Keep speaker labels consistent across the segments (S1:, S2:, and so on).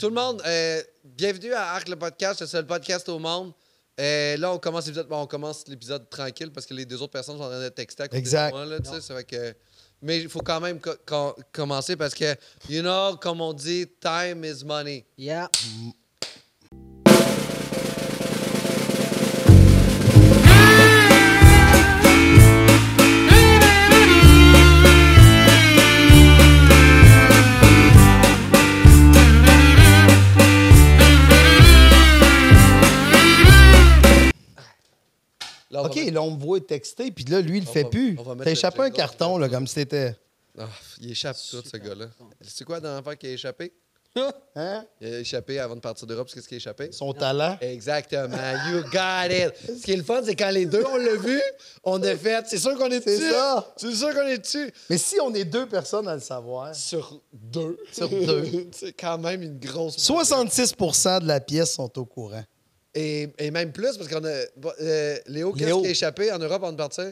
S1: Tout le monde, euh, bienvenue à Arc le podcast, le seul podcast au monde. Euh, là, on commence l'épisode, bon, on commence l'épisode tranquille parce que les deux autres personnes sont en train de texter à côté
S2: Exact.
S1: de moi, là, tu sais, ça fait que- Mais il faut quand même co- com- commencer parce que, you know, comme on dit, time is money.
S3: Yeah.
S1: Là, on
S2: OK,
S1: va mettre-
S2: là, on me voit texter, puis là, lui, il le
S1: On
S2: fait
S1: va-
S2: plus.
S1: on va mettre
S2: T'as
S1: le
S2: échappé un
S1: jingle.
S2: carton, là, comme si c'était.
S1: Ah, il échappe tout, ce gars-là. C'est quoi la dernière fois qu'il a échappé?
S2: Hein?
S1: Il a échappé avant de partir d'Europe, c'est qu'est-ce qui a échappé?
S2: Son talent.
S1: Exactement. You got it. Ce qui est le fun, c'est quand les deux, on l'a vu, on a fait. C'est sûr qu'on est dessus.
S2: C'est ça.
S1: C'est sûr qu'on est dessus.
S2: Mais si on est deux personnes à le savoir,
S1: Sur deux.
S2: Sur deux.
S1: c'est quand même une grosse.
S2: 66 de la pièce sont au courant.
S1: Et, et même plus, parce qu'on a. bon, euh, Léo, qu'est-ce
S2: Léo.
S1: qui a échappé en Europe avant de partir?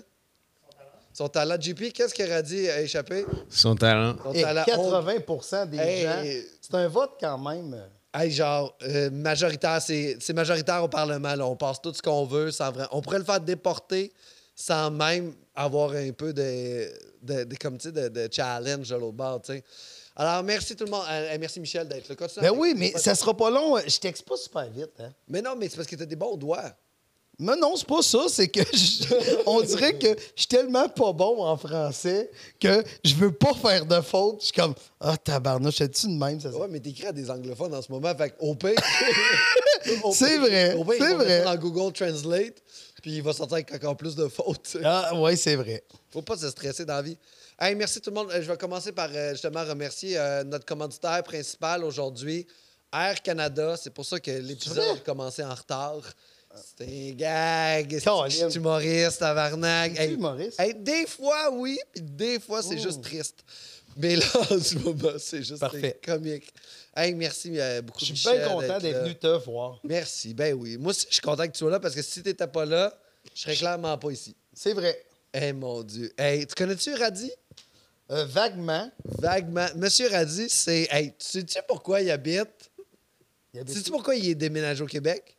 S1: Son talent. JP, qu'est-ce qu'il a dit à échapper?
S4: Son talent.
S1: Son
S2: Et
S1: talent.
S2: 80 des
S1: Hey.
S2: gens. C'est un vote quand même.
S1: On- Hey, genre, euh, majoritaire, c'est c'est majoritaire au Parlement. là. On passe tout ce qu'on veut. Sans vra- On pourrait le faire déporter sans même avoir un peu de, de, de- comme, tu sais, de, de challenge de l'autre bord. tu sais. Alors, merci tout le monde. Euh, euh, merci Michel d'être là. Continue à
S2: Ben oui,
S1: t'expliquer.
S2: mais ça sera pas long. Je texte pas super vite. Hein.
S1: Mais non, mais c'est parce que t'as des bons doigts.
S2: Mais non, c'est pas ça. C'est que je- on dirait que je suis tellement pas bon en français que je veux pas faire de faute. Je suis comme, ah, tabarnouche, c'est-tu de même? Ça,
S1: Ouais, mais t'écris à des anglophones en ce moment. Fait que au pire. au
S2: C'est
S1: pire-
S2: vrai,
S1: Au pire,
S2: c'est
S1: ils vont mettre
S2: vrai.
S1: ça dans Google Translate, puis il va sortir avec encore plus de fautes.
S2: Ah, ouais, c'est vrai.
S1: Faut pas se stresser dans la vie. Hey, merci tout le monde. Euh, Je vais commencer par euh, justement remercier euh, notre commanditaire principal aujourd'hui, Air Canada. C'est pour ça que l'épisode a commencé en retard.
S2: Euh.
S1: C'était un gag,
S2: Caroline.
S1: c'est humoriste, tabarnak.
S2: Es-tu humoriste? Oh.
S1: hey, des fois, oui, puis des fois, c'est juste triste. Mais là, en ce moment, c'est juste
S2: Parfait.
S1: c'est comique. Hey, merci euh, beaucoup,
S2: Je suis euh,
S1: Michel,
S2: bien content
S1: d'être
S2: d'être
S1: là.
S2: venu te voir.
S1: Merci, ben oui. Moi, aussi, je suis content que tu sois là parce que si t'étais pas là, je serais clairement pas ici.
S2: C'est vrai.
S1: Hey, Eh, mon Dieu. Hey, tu connais-tu Radis?
S2: Euh, vaguement.
S1: Vaguement. Monsieur Radis, c'est. Hey, tu sais-tu pourquoi il habite?
S2: il y avait-
S1: Sais-tu pourquoi il est déménagé au Québec?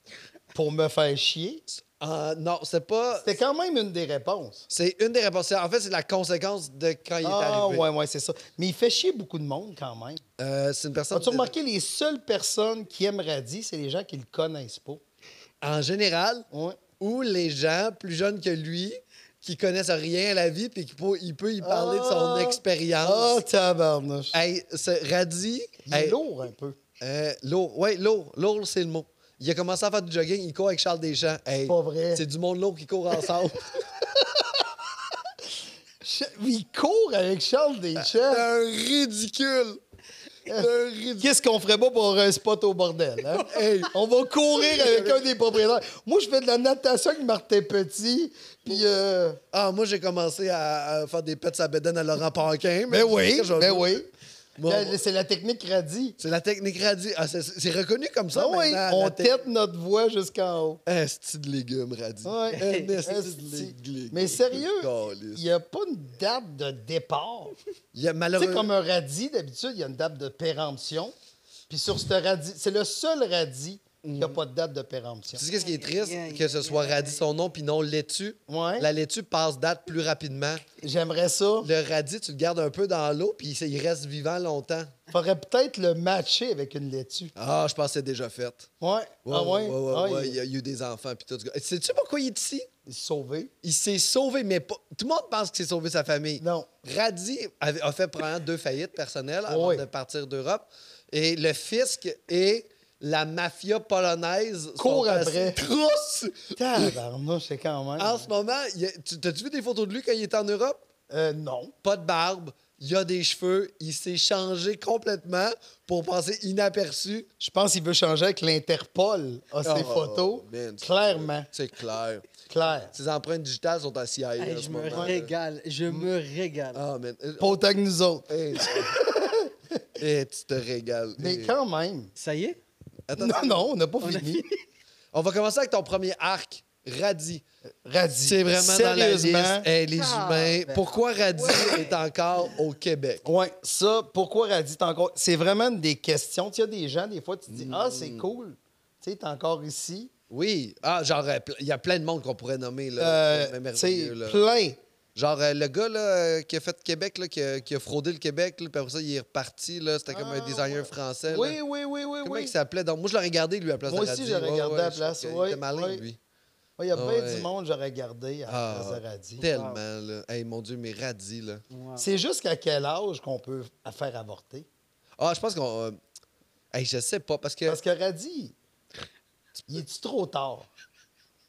S2: Pour me faire chier.
S1: Euh, non, c'est pas.
S2: C'était quand même une des réponses.
S1: C'est une des réponses. En fait, c'est la conséquence de quand il est
S2: Ah,
S1: arrivé.
S2: ouais, ouais, c'est ça. Mais il fait chier beaucoup de monde quand même.
S1: Euh, c'est une personne.
S2: As-tu remarqué, les seules personnes qui aiment Radis, c'est les gens qui le connaissent pas.
S1: En général,
S2: Ouais.
S1: ou les gens plus jeunes que lui qui connaissent rien à la vie puis qui peut, il peut y parler de son
S2: Ah.
S1: expérience.
S2: Oh, tabarnouche.
S1: Hey, ce Radis.
S2: Il est
S1: hey,
S2: lourd un peu.
S1: Euh, lourd. Oui, lourd. Lourd, c'est le mot. Il a commencé à faire du jogging. Il court avec Charles Deschamps. Hey,
S2: pas vrai.
S1: C'est du monde lourd qui court ensemble.
S2: Ch- Il court avec Charles
S1: C'est
S2: Deschamps.
S1: un ridicule. C'est un ridicule.
S2: Qu'est-ce qu'on ferait pas pour un spot au bordel? hein? Hey, on va courir avec un des propriétaires. Moi, je fais de la natation avec Martin Petit. Puis, euh,
S1: Ah, moi, j'ai commencé à, à faire des pets à bédaine à Laurent Paquin.
S2: ben oui,
S1: Je-
S2: ben oui.
S1: Bon,
S2: Là, C'est la technique radie.
S1: C'est la technique radis. Ah, c'est- c'est reconnu comme ça.
S2: Ah oui,
S1: maintenant,
S2: on
S1: la tec-
S2: tête notre voix jusqu'en haut.
S1: Esti de légumes radis.
S2: Ouais,
S1: Un esti de
S2: esti.
S1: légumes.
S2: Mais sérieux, il
S1: Caliste.
S2: n'y a pas une date de départ.
S1: Il y a
S2: tu sais,
S1: malheureusement.
S2: comme un radis, d'habitude, il y a une date de péremption. Puis sur ce radis, c'est le seul radis qui
S1: Mm.
S2: n'a pas de date de péremption.
S1: Tu sais ce qui est triste?
S3: Aïe, aïe,
S1: Que ce
S3: aïe,
S1: soit
S3: aïe,
S1: radis
S3: aïe.
S1: son nom puis non laitue.
S2: Ouais.
S1: La laitue passe date plus rapidement.
S2: J'aimerais ça.
S1: Le radis, tu le gardes un peu dans l'eau, puis il il reste vivant longtemps.
S2: Faudrait peut-être le matcher avec une laitue.
S1: Ah, je pense que c'est déjà fait.
S2: Ouais.
S1: Ouais,
S2: ah ouais.
S1: ouais, ouais,
S2: Ah,
S1: ouais,
S2: il-
S1: Il y a il y a eu des enfants, puis tout. Et Sais-tu pourquoi il est ici?
S2: il est sauvé.
S1: Il s'est sauvé, mais pas... tout le monde pense qu'il s'est sauvé sa famille.
S2: Non.
S1: Radi avait- a fait probablement deux faillites personnelles avant
S2: Oui.
S1: de partir d'Europe. Et le fisc et la mafia polonaise
S2: Cours
S1: sont
S2: après.
S1: assez trousses.
S2: Tabarnouche, c'est quand même.
S1: En ce moment, il est- tu- t'as-tu vu des photos de lui quand il était en Europe?
S2: Euh, non.
S1: Pas de barbe, il a des cheveux, il s'est changé complètement pour passer inaperçu.
S2: Je pense qu'il veut changer avec l'Interpol à ses
S1: Oh,
S2: photos.
S1: man, c'est-
S2: Clairement.
S1: C'est clair.
S2: Clair.
S1: Ses empreintes digitales sont à CIA
S3: Hey,
S1: en
S3: je
S1: ce euh,
S3: me
S1: moment.
S3: régale. Je me régale.
S1: Ah, man. Euh,
S2: Pas autant que nous autres.
S1: hey. Eh, tu te régales.
S2: Mais
S1: Eh.
S2: quand même.
S3: Ça y est?
S1: Attends,
S2: Non, non, on n'a pas
S3: On a
S2: fini.
S1: On va commencer avec ton premier arc. Radis.
S2: Radis.
S1: C'est vraiment dans la liste.
S2: Sérieusement.
S1: Hey, les
S3: Ah,
S1: humains.
S3: ben.
S1: Pourquoi Radis est encore au Québec?
S2: Oui, ça, pourquoi Radis t'es encore. C'est vraiment une des questions. Tu as des gens, des fois, tu te dis Ah, c'est
S1: Mm.
S2: cool. Tu sais, t'es encore ici.
S1: Oui. Ah, genre, euh, pl- il y a plein de monde qu'on pourrait nommer. Là,
S2: Euh,
S1: C'est
S2: tu sais,
S1: merveilleux, là.
S2: plein.
S1: Genre, euh, le gars là, euh, qui a fait Québec, là, qui, a, qui a fraudé le Québec, là, puis après ça, il est reparti. là, C'était comme un
S2: Ah,
S1: designer
S2: ouais.
S1: français. là.
S2: Oui, oui, oui, oui,
S1: Comment
S2: oui.
S1: il s'appelait? Donc, moi, je l'ai regardé, lui, à la place
S2: Moi
S1: de
S2: aussi,
S1: Radis.
S2: j'ai regardé à la
S1: je
S2: place,
S1: trouve que
S2: ouais,
S1: Il était malin,
S2: ouais.
S1: lui.
S2: Ouais, Il y a
S1: Ah,
S2: plein
S1: ouais.
S2: du monde, j'aurais regardé à la
S1: Ah,
S2: place de Radis.
S1: Tellement, là. Hey, mon Dieu, mais Radis, là.
S3: Wow.
S2: C'est jusqu'à quel âge qu'on peut faire avorter?
S1: Ah, je pense qu'on... euh, Hey, je sais pas, parce que
S2: Parce que Radis, il est-tu trop tard?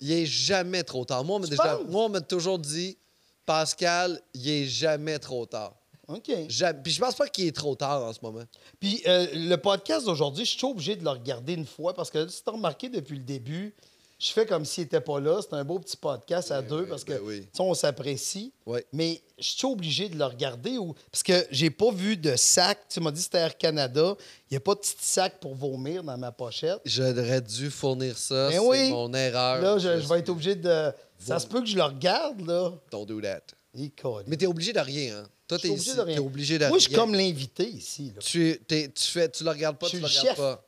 S1: il est jamais trop tard. Moi, on m'a
S2: Tu
S1: déjà...
S2: penses?
S1: Moi, on m'a toujours dit, Pascal, il est jamais trop tard.
S2: OK.
S1: Jamais- Puis je pense pas qu'il est trop tard en ce moment.
S2: Puis euh, le podcast d'aujourd'hui, je suis obligé de le regarder une fois parce que si t'as remarqué depuis le début, je fais comme s'il n'était pas là. C'est un beau petit podcast à
S1: Ben
S2: deux
S1: oui,
S2: parce que
S1: ben oui.
S2: tu sais, on s'apprécie.
S1: Ouais.
S2: Mais je suis obligé de le regarder ou parce que j'ai pas vu de sac. Tu m'as dit que c'était Air Canada. Il n'y a pas de petit sac pour vomir dans ma pochette.
S1: J'aurais dû fournir ça.
S2: Ben
S1: c'est
S2: oui.
S1: mon erreur.
S2: Là, je, je vais être obligé de. Ça se peut que je le regarde, là.
S1: Don't do that.
S2: Et
S1: Mais t'es obligé de rien, hein. Toi, t'es ici, t'es obligé de
S2: Moi, je suis
S1: rien.
S2: comme l'invité ici. Là.
S1: Tu, t'es- tu, fais, tu le regardes pas,
S2: Je
S1: tu
S2: suis
S1: le
S2: le
S1: regardes
S2: chef.
S1: pas.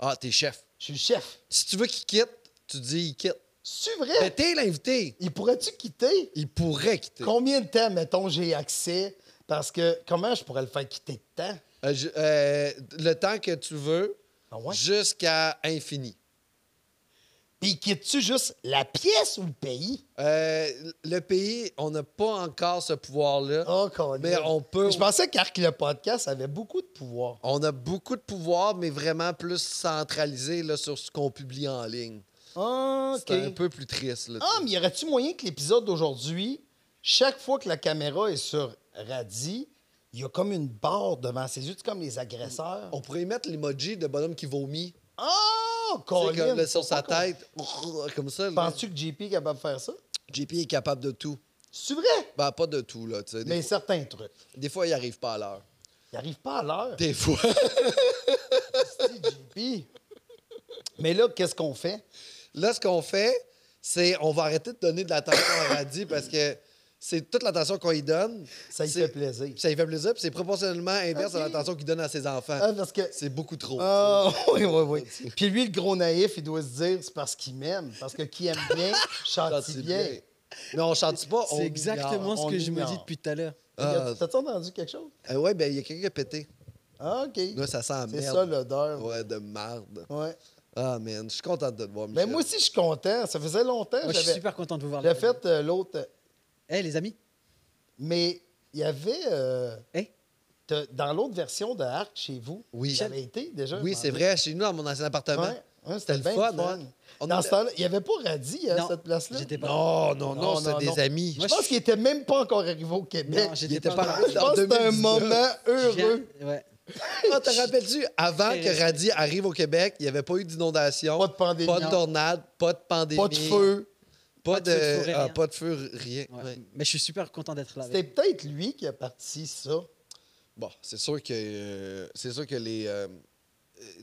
S1: Ah, t'es chef.
S2: Je suis le chef.
S1: Si tu veux qu'il quitte, tu dis il quitte.
S2: C'est
S1: Mais
S2: vrai?
S1: t'es l'invité.
S2: Il pourrait-tu quitter?
S1: Il pourrait quitter.
S2: Combien de temps, mettons, j'ai accès? Parce que comment je pourrais le faire quitter de temps?
S1: Euh, je- euh, le temps que tu veux,
S2: Ah ouais?
S1: jusqu'à infini.
S2: Puis quittes-tu juste la pièce ou le pays?
S1: Euh, le pays, on n'a pas encore ce pouvoir-là.
S2: Oh, câlin.
S1: Mais on peut-
S2: Je pensais qu'Arc le podcast avait beaucoup de pouvoir.
S1: On a beaucoup de pouvoir, mais vraiment plus centralisé là, sur ce qu'on publie en ligne.
S2: Ah, OK.
S1: C'est un peu plus triste. là.
S2: Ah, mais y aurait-tu moyen que l'épisode d'aujourd'hui, chaque fois que la caméra est sur Radis, il y a comme une barre devant ses yeux, tu sais, comme les agresseurs?
S1: On pourrait y mettre l'emoji de bonhomme qui vomit.
S2: Ah,
S1: Oh. Tu sais,
S2: Colin!
S1: comme, là, sur sa
S2: Pourquoi qu'on-
S1: tête, comme ça. là.
S2: Penses-tu que JP est capable de faire ça?
S1: JP est capable de tout.
S2: C'est vrai,
S1: Ben, pas de tout, là. tu sais. Des,
S2: mais
S1: fois,
S2: certains trucs.
S1: des fois, il arrive pas à l'heure.
S2: Il arrive pas à l'heure.
S1: Des fois.
S2: Esti, JP. Mais là, qu'est-ce qu'on fait?
S1: Là, ce qu'on fait, c'est on va arrêter de donner de l'attention à Radis parce que c'est toute l'attention qu'on lui donne.
S2: Ça lui
S1: c'est-
S2: fait plaisir.
S1: Ça lui fait plaisir, puis c'est proportionnellement inverse
S2: Ok.
S1: à l'attention qu'il donne à ses enfants.
S2: Ah, parce que.
S1: C'est beaucoup trop.
S2: Ah, oui, oui, oui. Puis lui, le gros naïf, il doit se dire c'est parce qu'il m'aime. Parce que qui aime bien,
S1: Ça,
S2: chante
S1: c'est
S2: bien.
S1: Mais on chante pas. Oh, on
S3: C'est exactement
S1: ignore.
S2: on
S3: ce que je me
S2: ignore.
S3: dis depuis tout à l'heure.
S1: Ah.
S2: Regarde, T'as-tu entendu quelque chose?
S1: Euh, ouais, ben, il y a quelqu'un qui a pété.
S2: Ah, OK.
S1: Là, ça sent la
S2: C'est
S1: merde.
S2: ça l'odeur. Ouais.
S1: Ouais, de merde. Ah, man, je suis content de te voir,
S2: Mais
S1: Michel.
S2: Ben, moi aussi, je suis content. Ça faisait longtemps.
S3: Moi, je suis
S2: Eh, j'avais-
S3: super content de vous voir là.
S2: J'ai fait euh, l'autre.
S3: Eh, les amis,
S2: Mais il y avait. euh,
S3: eh,
S2: t'as- dans l'autre version de Arc chez vous,
S1: Oui.
S2: j'avais été déjà.
S1: Oui, c'est vrai, chez nous, dans mon ancien appartement.
S2: Ouais, ouais, c'était
S1: C'était
S2: bien
S1: le
S2: le
S1: fun,
S2: fun.
S1: hein? On
S2: Dans
S1: était-
S2: ce temps-là, il n'y avait pas Radis à
S3: Non,
S2: cette place-là.
S3: j'étais pas-
S1: Non, non, non,
S2: Non,
S1: c'était
S2: non,
S1: des
S2: non.
S1: amis.
S2: Je
S3: Moi,
S2: pense
S3: je-
S2: qu'il était même pas encore arrivé au Québec.
S3: Non,
S1: Il
S3: j'étais
S1: était
S3: pas
S1: pas
S3: là.
S2: Je pense que c'était un moment heureux.
S3: J'ai- ouais.
S1: Ah, te rappelles-tu, avant que Radis arrive au Québec, il n'y avait pas eu d'inondation,
S2: Pas de pandémie.
S1: pas de tornade, pas de pandémie,
S2: Pas de feu.
S1: pas
S3: Pas
S1: de,
S3: de feu, rien.
S1: ah, pas de feu, rien.
S3: Ouais.
S1: Ouais.
S3: Mais je suis super content d'être là. avec
S2: C'était peut-être lui qui a parti ça.
S1: Bon, c'est sûr que euh, c'est sûr que les euh, euh,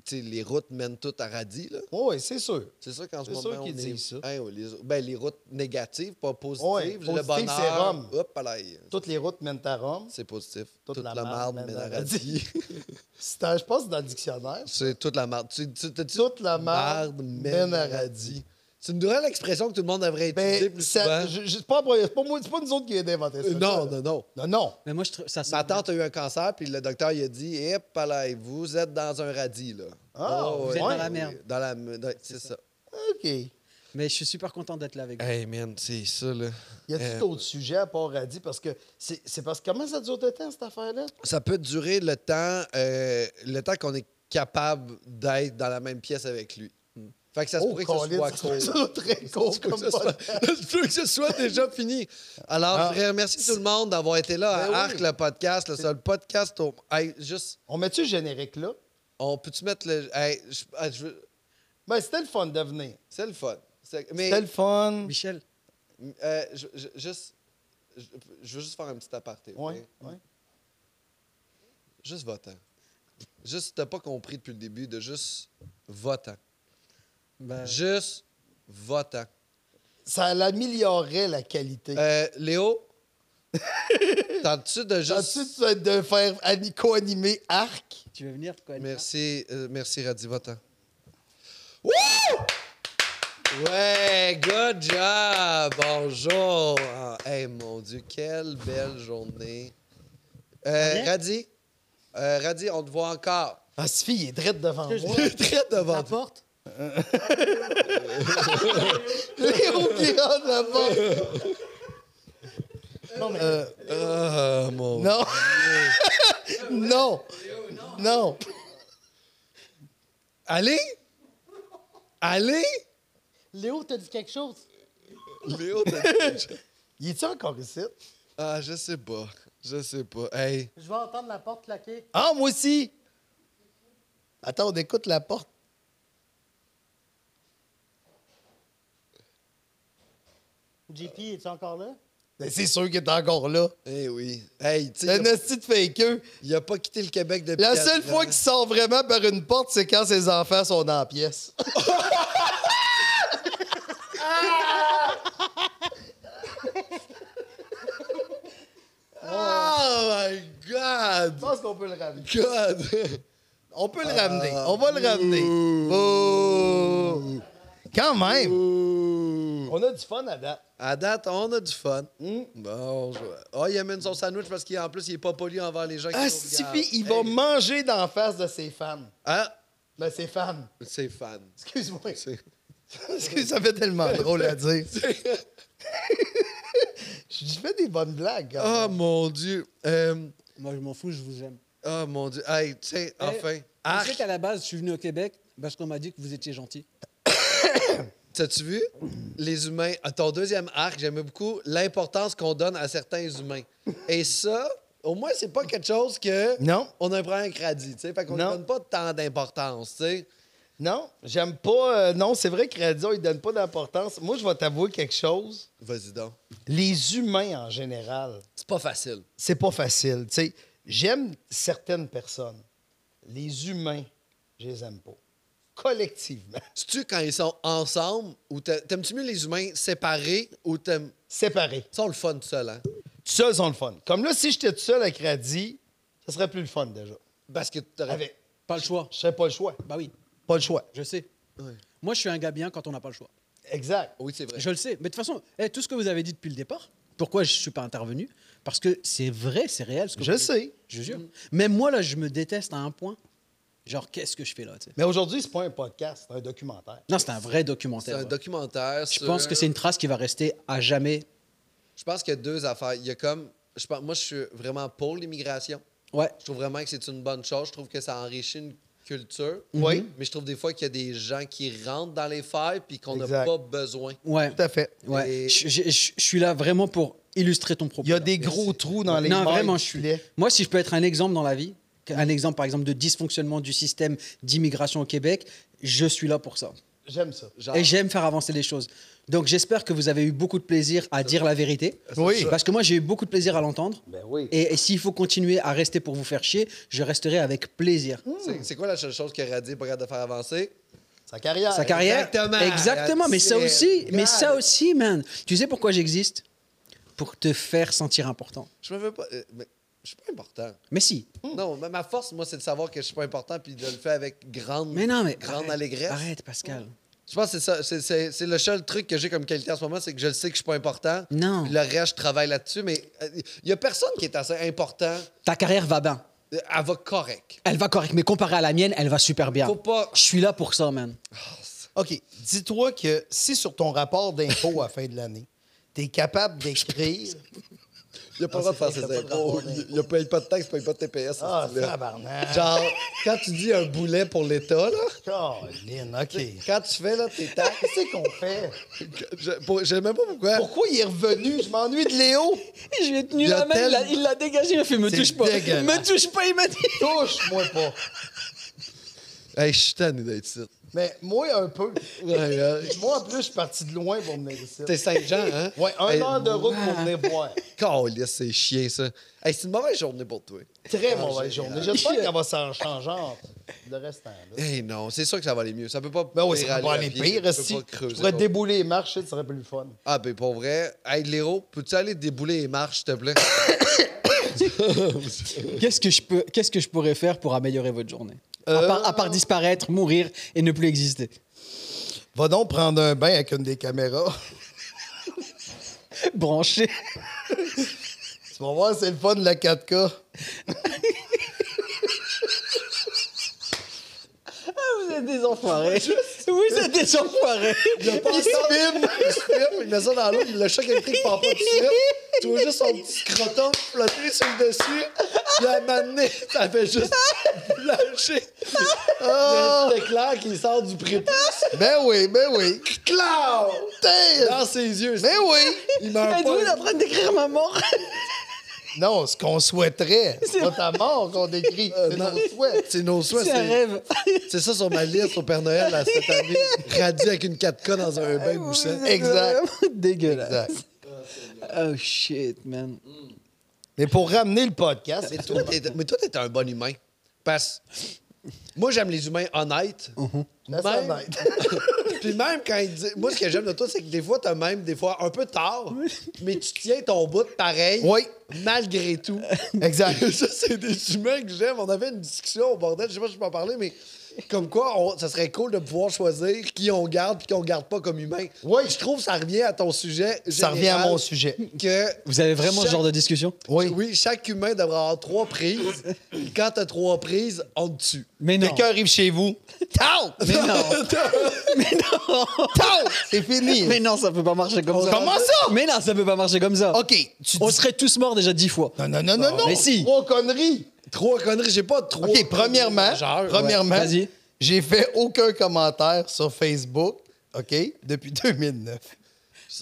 S1: tu sais, les routes mènent toutes à Radis là.
S2: Oui, c'est sûr.
S1: C'est sûr qu'en ce
S2: C'est
S1: moment
S2: sûr qu'ils
S1: on est-
S2: disent ça.
S1: Hein, ouais, les, ben, les routes négatives, pas positives,
S2: Ouais,
S1: le
S2: positif,
S1: bonheur.
S2: c'est Rome.
S1: Hop, là,
S2: Toutes les routes mènent à Rome.
S1: c'est positif.
S2: Toute la
S1: la
S2: marde
S1: merde mène à
S2: mène à
S1: Radis.
S2: C'est un- Je pense que c'est dans le dictionnaire.
S1: C'est toute la merde. Tu, tu, t'as-tu-
S2: Toute la marde
S1: Marde mène à radis. C'est une nouvelle expression que tout le monde devrait utiliser
S2: Ben,
S1: plus
S2: ça-
S1: souvent.
S2: je- je- c'est pas, c'est pas moi- c'est pas nous autres qui avons inventé ça.
S1: Euh, Non, non, non.
S2: Non, non.
S3: Mais moi, je trouve ça sonne
S1: Ma tante a eu un cancer, puis le docteur il a dit Eh, palais, vous êtes dans un radis, là.
S2: Ah,
S1: Oh,
S2: vous
S1: ouais.
S3: êtes dans la
S1: Oui,
S3: merde.
S1: Dans la m- dans- C'est ça.
S2: OK. Y
S3: bien. Mais je suis super content d'être là avec vous.
S1: Hey, man, c'est ça, là.
S2: a-t-il
S1: Euh,
S2: d'autres sujets à part Radis? Parce que c'est c'est parce que comment ça dure de temps, cette affaire-là?
S1: Ça peut durer le temps, euh, le temps qu'on est capable d'être dans la même pièce avec lui. Hmm. Fait que ça se pourrait que ce
S2: Oh, Colin,
S1: soit
S2: ça
S1: court.
S2: se trouve très court
S1: que
S2: comme
S1: ce soit,
S2: podcast.
S1: je veux que ce soit déjà fini. Alors,
S2: Ah.
S1: je voudrais remercier tout le monde d'avoir été là à
S2: Ben oui.
S1: Arc, le podcast, le seul podcast au. Hey, juste,
S2: On met-tu le générique là?
S1: on peut-tu mettre le. Hey, je- ah, je veux-
S2: Ben, c'était le fun de venir.
S1: C'est le fun. C'est- Mais,
S2: C'était le fun.
S3: Michel,
S1: euh, je, je- juste. Je, je veux juste faire un petit aparté. ok?
S2: Ouais, ouais.
S1: Juste votant. Juste, si t'as pas compris depuis le début, de juste votant.
S2: Ben.
S3: bah,
S1: Juste votant.
S2: ça l'améliorerait la qualité.
S1: Euh, Léo, tentes-tu de juste.
S2: Ensuite, tu vas de faire ani- co-animer Arc.
S3: Tu veux venir quoi, Nicolas
S1: Merci, euh, merci Radivotan. Wouh! Ouais, good job! Bonjour! Ah, hey, mon Dieu, quelle belle journée. Euh,
S3: Bien?
S1: Radi, euh, Radi, on te voit encore.
S2: Ah, cette fille est drette devant
S3: Est-ce que
S2: moi.
S3: je-
S1: Très devant
S3: La
S1: toi.
S3: porte
S2: Léo Piron là-bas. Non, mais...
S1: Ah, mon
S2: non. non. Non.
S1: Allez! Allez!
S3: Léo, t'as dit quelque chose
S1: Léo, t'as-
S2: Il est-tu encore ici?
S1: Ah, je sais pas. Je sais pas. Hey.
S3: Je vais entendre la porte claquer.
S2: Ah, moi aussi! Attends, on écoute la porte.
S3: JP, es-tu encore là
S2: Ben, c'est sûr qu'il est encore là.
S1: Eh oui. Hey, tu
S2: C'est
S1: sais,
S2: un
S1: il a-
S2: hostie de fakeux.
S1: il a pas quitté le Québec depuis.
S2: La
S1: quatre
S2: seule
S1: ans.
S2: fois qu'il sort vraiment par une porte, c'est quand ses enfants sont dans la pièce. Ah!
S1: Oh my
S2: Je
S1: God!
S2: pense qu'on peut le ramener.
S1: God!
S2: On peut le ramener. On va le ramener. Bouh. Quand même. On a du fun à date.
S1: À date, on a du fun. Hmm? Bon, je... Ah, il amène son sandwich parce qu'en plus, il est pas poli envers les gens qui
S2: Ah,
S1: nous regardent.
S2: Stifi, il va manger d'en face de ses fans.
S1: Ah,
S2: De ses fans.
S1: c'est fan.
S2: Excuse-moi.
S1: C'est-
S2: Parce que ça fait tellement drôle à dire. Je je fais des bonnes blagues. quand
S1: Oh
S2: même.
S1: mon Dieu! Euh,
S3: Moi, je m'en fous, je vous aime.
S1: Oh mon Dieu! Hey, tiens,
S2: Euh,
S1: enfin.
S3: Je
S1: Arc!
S3: sais qu'à la base, je suis venu au Québec parce qu'on m'a dit que vous étiez gentil.
S1: T'as-tu vu? Les humains. À ton deuxième arc, j'aimais beaucoup l'importance qu'on donne à certains humains. Et ça, au moins, c'est pas quelque chose que.
S2: Non.
S1: On a un problème avec Radis, tu sais. Fait qu'on ne
S2: Non.
S1: donne pas tant d'importance, tu sais.
S2: Non, j'aime pas. euh, non, c'est vrai que Radio, il donne pas d'importance. Moi, je vais t'avouer quelque chose.
S1: Vas-y donc.
S2: Les humains en général,
S1: C'est pas facile.
S2: c'est pas facile. Tu sais, j'aime certaines personnes. Les humains, je les aime pas. Collectivement.
S1: C'est-tu quand ils sont ensemble ou t'a- t'aimes-tu mieux les humains séparés ou t'aimes.
S2: Séparés.
S1: Ils sont le fun tout seul, hein?
S2: Tout seul, ils ont le fun. Comme là, si j'étais tout seul avec Radis, ça serait plus le fun déjà.
S1: Parce que t'aurais.
S2: Avec.
S3: Pas le choix.
S2: Je serais pas le choix.
S3: Bah oui,
S2: Pas le choix.
S3: je sais.
S1: Ouais.
S3: Moi, je suis un gars bien quand on n'a pas le choix.
S2: Exact.
S1: Oui, c'est vrai.
S3: Je le sais. Mais de toute façon, eh, tout ce que vous avez dit depuis le départ, pourquoi je ne suis pas intervenu Parce que c'est vrai, c'est réel. Ce que
S2: Je
S3: vous-
S2: sais.
S3: Je jure. Même moi, là, je me déteste à un point. Genre, qu'est-ce que je fais là tu sais?
S2: Mais aujourd'hui, c'est pas un podcast, c'est un documentaire.
S3: Non, c'est un vrai
S1: C'est
S3: documentaire.
S1: un
S3: ouais.
S1: documentaire.
S3: Je pense que c'est une trace qui va rester à jamais.
S1: Je pense qu'il y a deux affaires. Il y a comme. Je pense... Moi, je suis vraiment pour l'immigration.
S3: Ouais.
S1: Je trouve vraiment que c'est une bonne chose. Je trouve que ça enrichit une culture.
S3: Mhm.
S2: Oui.
S1: Mais je trouve des fois qu'il y a des gens qui rentrent dans les failles puis qu'on n'a
S2: Exact.
S1: pas besoin.
S3: Ouais.
S2: Tout à fait.
S3: ouais.
S1: Et-
S3: Je, je- je- je suis là vraiment pour illustrer ton propos.
S2: Il y a
S3: là.
S2: des gros trous dans les
S3: non,
S2: mailles
S3: vraiment,
S2: du
S3: je suis.
S2: filet.
S3: Moi, si je peux être un exemple dans la vie, un exemple par exemple de dysfonctionnement du système d'immigration au Québec, je suis là pour ça.
S2: J'aime ça.
S1: Genre,
S3: Et j'aime faire avancer les choses. Donc j'espère que vous avez eu beaucoup de plaisir à dire la vérité.
S2: Oui.
S3: Parce que moi, j'ai eu beaucoup de plaisir à l'entendre.
S2: Ben oui.
S3: Et, et s'il faut continuer à rester pour vous faire chier, je resterai avec plaisir.
S1: c'est- c'est quoi la seule chose que Radis est pas capable de faire avancer?
S2: Sa carrière.
S3: Sa carrière.
S1: Exactement.
S3: Exactement. Mais ça
S1: C'est
S3: aussi, mais
S1: grave.
S3: ça aussi, man. Tu sais pourquoi j'existe Pour te faire sentir important.
S1: Je me veux pas. euh, mais je suis pas important.
S3: Mais si.
S1: Non, ma- ma force, moi, c'est de savoir que je suis pas important puis de le faire avec grande,
S3: Mais non, mais.
S1: grande
S3: arrête,
S1: allégresse.
S3: Arrête, Pascal.
S1: Je pense que c'est ça. C'est, c'est- c'est le seul truc que j'ai comme qualité en ce moment, c'est que je le sais que je suis pas important.
S3: Non.
S1: Puis Le reste, je travaille là-dessus, mais il y a personne qui est assez important.
S3: Ta carrière va bien.
S1: Euh, Elle va correct.
S3: Elle va correct. Mais comparée à la mienne, elle va super bien.
S1: Faut pas.
S3: Je suis là pour ça, man.
S2: OK. Dis-toi que si sur ton rapport d'impôt à la fin de l'année, tu es capable d'écrire.
S1: Il n'y a pas le droit de faire
S2: c'est
S1: ses
S2: vrai, t'as
S1: impôts.
S2: pas le droit
S1: Il ne paye pas de taxes, il ne paye pas de TPS. ce
S2: Ah,
S1: style-là.
S2: tabarnak.
S1: Genre, quand tu dis un boulet pour l'État, là,
S2: Caroline, OK.
S1: quand tu fais là, tes taxes,
S2: Qu'est-ce qu'on fait?
S1: je pour- je sais même pas pourquoi.
S2: Pourquoi il est revenu? Je m'ennuie de Léo.
S3: Je lui ai tenu
S1: Il y a
S3: la main, il l'a-
S1: tel-
S3: il l'a dégagé, il a fait Me
S2: C'est
S3: touche pas.
S2: dégueulasse.
S3: Me touche pas, il m'a dit.
S2: Touche-moi pas.
S1: Hey, je suis tanné d'être ici.
S2: Mais moi, un peu.
S1: Ouais, ouais.
S2: moi, en plus, je suis parti de loin pour venir ici.
S1: T'es Saint-Jean, hein?
S2: Ouais, un
S1: Hey,
S2: heure de route pour venir boire.
S1: Calisse, c'est chiant, ça. Hey, c'est une mauvaise journée pour toi.
S2: Très mauvaise journée. J'espère qu'elle va s'en changer en- le restant. Là.
S1: Hey, Eh non, c'est sûr que ça va aller mieux. Ça peut pas.
S2: Ben oui,
S1: pire
S2: ça va pas
S1: à
S2: aller
S1: pied,
S2: pire.
S1: tu peux
S2: esti.
S1: pas
S2: Je
S1: creuser
S2: pourrais
S1: ton-
S2: débouler les marches, ça serait plus le fun.
S1: Ah, ben pour vrai. Hey, Léro, peux-tu aller débouler les marches, s'il te plaît?
S3: Qu'est-ce que je peux, qu'est-ce que je pourrais faire pour améliorer votre journée à,
S1: Euh.
S3: part, à part disparaître, mourir et ne plus exister.
S2: Va donc prendre un bain avec une des caméras.
S3: Brancher.
S2: Tu vas voir, c'est le fun de la 4K.
S3: Vous êtes des enfoirés. Vous êtes des enfoirés.
S1: Il se filme, il se filme, il met ça dans l'eau, il- le choc électrique part pas tout de suite. Tu vois juste son petit croton flotter sur le dessus. Puis à un moment donné, ça fait juste lâcher. Oh! Il y a un petit éclair qui sort du prépuce.
S2: Ben oui, ben oui.
S1: Clown!
S2: Damn!
S1: Dans ses yeux.
S2: Ben oui!
S1: Il meurt
S3: Êtes-vous
S1: pas.
S3: en train de décrire ma mort
S2: Non, ce qu'on souhaiterait, c'est
S3: C'est
S2: pas ta mort qu'on décrit, c'est
S1: Euh, non.
S2: nos souhaits.
S1: C'est nos souhaits.
S3: C'est un
S1: C'est,
S3: rêve.
S1: c'est ça sur ma liste au Père Noël là, cette année. Radis avec une 4K dans un bain bouchant.
S3: Vous êtes
S2: Exact.
S3: vraiment Dégueulasse.
S2: Exact.
S3: Oh shit, man.
S2: Mais pour ramener le podcast,
S1: Mais toi, t'es, mais toi, t'es un bon humain. Parce moi, j'aime les humains honnêtes.
S2: That's
S1: Même-
S2: honnête.
S1: Puis même quand ils disent. Moi, ce que j'aime de toi, c'est que des fois, t'as même des fois un peu tard, mais tu tiens ton bout pareil.
S2: Oui.
S1: Malgré tout.
S2: exact.
S1: ça, c'est des humains que j'aime. On avait une discussion au bordel, je sais pas si je peux en parler, mais comme quoi, on- ça serait cool de pouvoir choisir qui on garde puis qui on garde pas comme humain.
S2: Oui.
S1: Je trouve que ça revient à ton sujet.
S2: Ça revient à mon sujet.
S1: Que
S3: Vous avez vraiment ce
S1: Chaque-
S3: genre de discussion
S1: oui.
S2: Oui.
S1: chaque humain devrait avoir trois prises. Puis Quand t'as trois prises, on te tue.
S3: Mais non.
S2: Quelqu'un arrive chez vous. Tao!
S3: Mais non. Mais non.
S2: Tao! C'est fini.
S3: Mais non, ça peut pas marcher comme ça.
S2: Comment ça?
S3: Mais non, ça peut pas marcher comme ça.
S2: OK, tu
S3: On
S2: dis...
S3: serait tous morts déjà dix fois.
S2: Non, non, non, non, non.
S3: Mais si.
S2: Trois conneries.
S1: Trois conneries, j'ai pas trois.
S2: OK, premièrement,
S1: majeures.
S2: premièrement,
S3: Oh, ouais. Vas-y.
S2: j'ai fait aucun commentaire sur Facebook, OK, depuis 2009.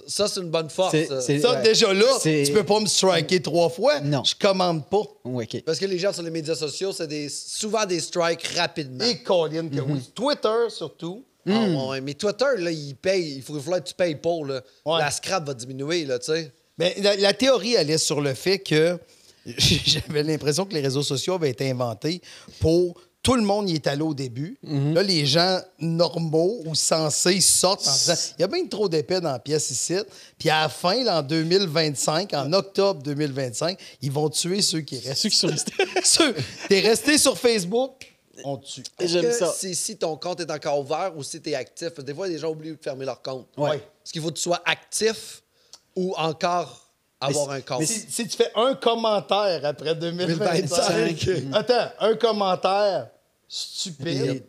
S1: Ça, c'est une bonne force.
S3: C'est-
S1: ça.
S3: c'est-
S2: Ça,
S3: Ouais.
S2: déjà là,
S3: C'est-
S2: tu peux pas me striker trois fois.
S3: Non.
S2: Je commande pas.
S3: Ouais, ok.
S1: Parce que les gens sur les médias sociaux, c'est des, souvent des strikes rapidement.
S2: Et Colin, que
S3: Mhm.
S2: oui. Twitter, surtout.
S3: Hmm.
S1: Ah ouais, mais Twitter, là, il paye. Il faut il faut que tu payes pour. Là.
S2: Ouais.
S1: La scrap va diminuer, là, tu sais.
S2: Mais la, la théorie allait sur le fait que j'avais l'impression que les réseaux sociaux avaient été inventés pour tout le monde y est allé au début.
S3: Mhm.
S2: Là, les gens normaux ou sensés sortent en disant il y a bien trop d'épais dans la pièce ici. Puis à la fin, là, en 2025, en octobre 2025, ils vont tuer ceux qui restent.
S3: Ceux qui sont restés.
S2: ceux, t'es resté sur Facebook, on te tue.
S3: Et j'aime
S1: Que
S3: ça.
S1: C'est si ton compte est encore ouvert ou si tu es actif. Parce que Des fois, les gens oublient de fermer leur compte.
S3: Ouais.
S1: Est-ce qu'il faut que tu sois actif ou encore avoir
S3: c'est-
S1: un compte?
S2: Si, si tu fais un commentaire après 2025,
S1: 2025.
S2: attends, un commentaire stupide,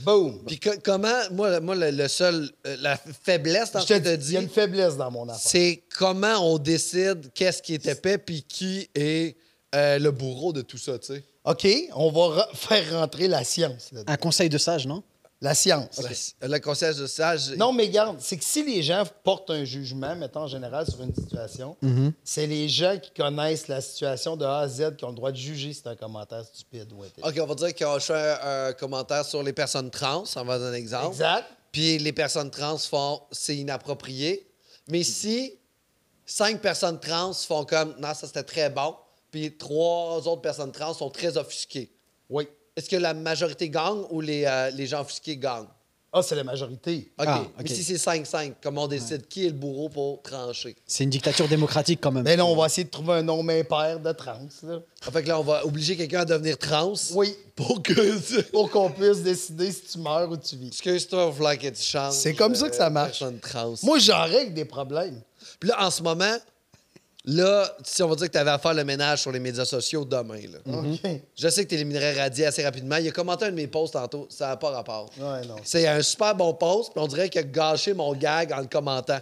S2: boum.
S1: Puis que- comment, moi, moi le, le seul, euh, la faiblesse dans
S2: Je
S1: ce que
S2: te
S1: tu
S2: dis, il y
S1: dis,
S2: a une faiblesse dans mon affaire.
S1: c'est comment on décide qu'est-ce qui est épais puis qui est euh, le bourreau de tout ça, tu sais.
S2: OK, on va re- faire rentrer la science. là-dedans.
S3: Un conseil de sage, non
S2: La science.
S1: Le, le concierge de sage.
S2: Non, mais garde, c'est que si les gens portent un jugement, mettons en général, sur une situation, c'est les gens qui connaissent la situation de A à Z qui ont le droit de juger si c'est un commentaire stupide ou intelligent.
S1: OK, on va dire qu'on fait un, un commentaire sur les personnes trans, on va donner un exemple.
S2: Exact.
S1: Puis les personnes trans font c'est inapproprié. Mais si cinq personnes trans font comme non, ça c'était très bon, puis trois autres personnes trans sont très offusquées,
S2: Oui.
S1: est-ce que la majorité gagne ou les, euh, les gens offusqués gagnent?
S2: Ah, c'est la majorité.
S1: OK.
S3: Ah,
S1: Mais
S3: ok.
S1: si c'est 5-5, comment on décide qui est le bourreau pour trancher?
S3: C'est une dictature démocratique quand même.
S2: Mais Ben là, on va essayer de trouver un nom impair de trans, là,
S1: En Ah, fait que là, on va obliger quelqu'un à devenir trans.
S2: Oui.
S1: Pour que.
S2: pour qu'on puisse décider si tu meurs ou tu vis.
S1: Excuse-toi, voilà que tu changes.
S2: C'est comme ça que ça
S1: euh,
S2: marche.
S1: Personne trans.
S2: Moi, j'en règle des problèmes.
S1: Puis là, en ce moment, là, si on va dire que tu avais à faire le ménage sur les médias sociaux demain, là.
S2: OK.
S3: Mhm.
S1: Je sais que tu éliminerais Radier assez rapidement. Il a commenté un de mes posts tantôt. Ça n'a pas rapport.
S2: Ouais, non.
S1: C'est un super bon post, puis on dirait qu'il a gâché mon gag en le commentant.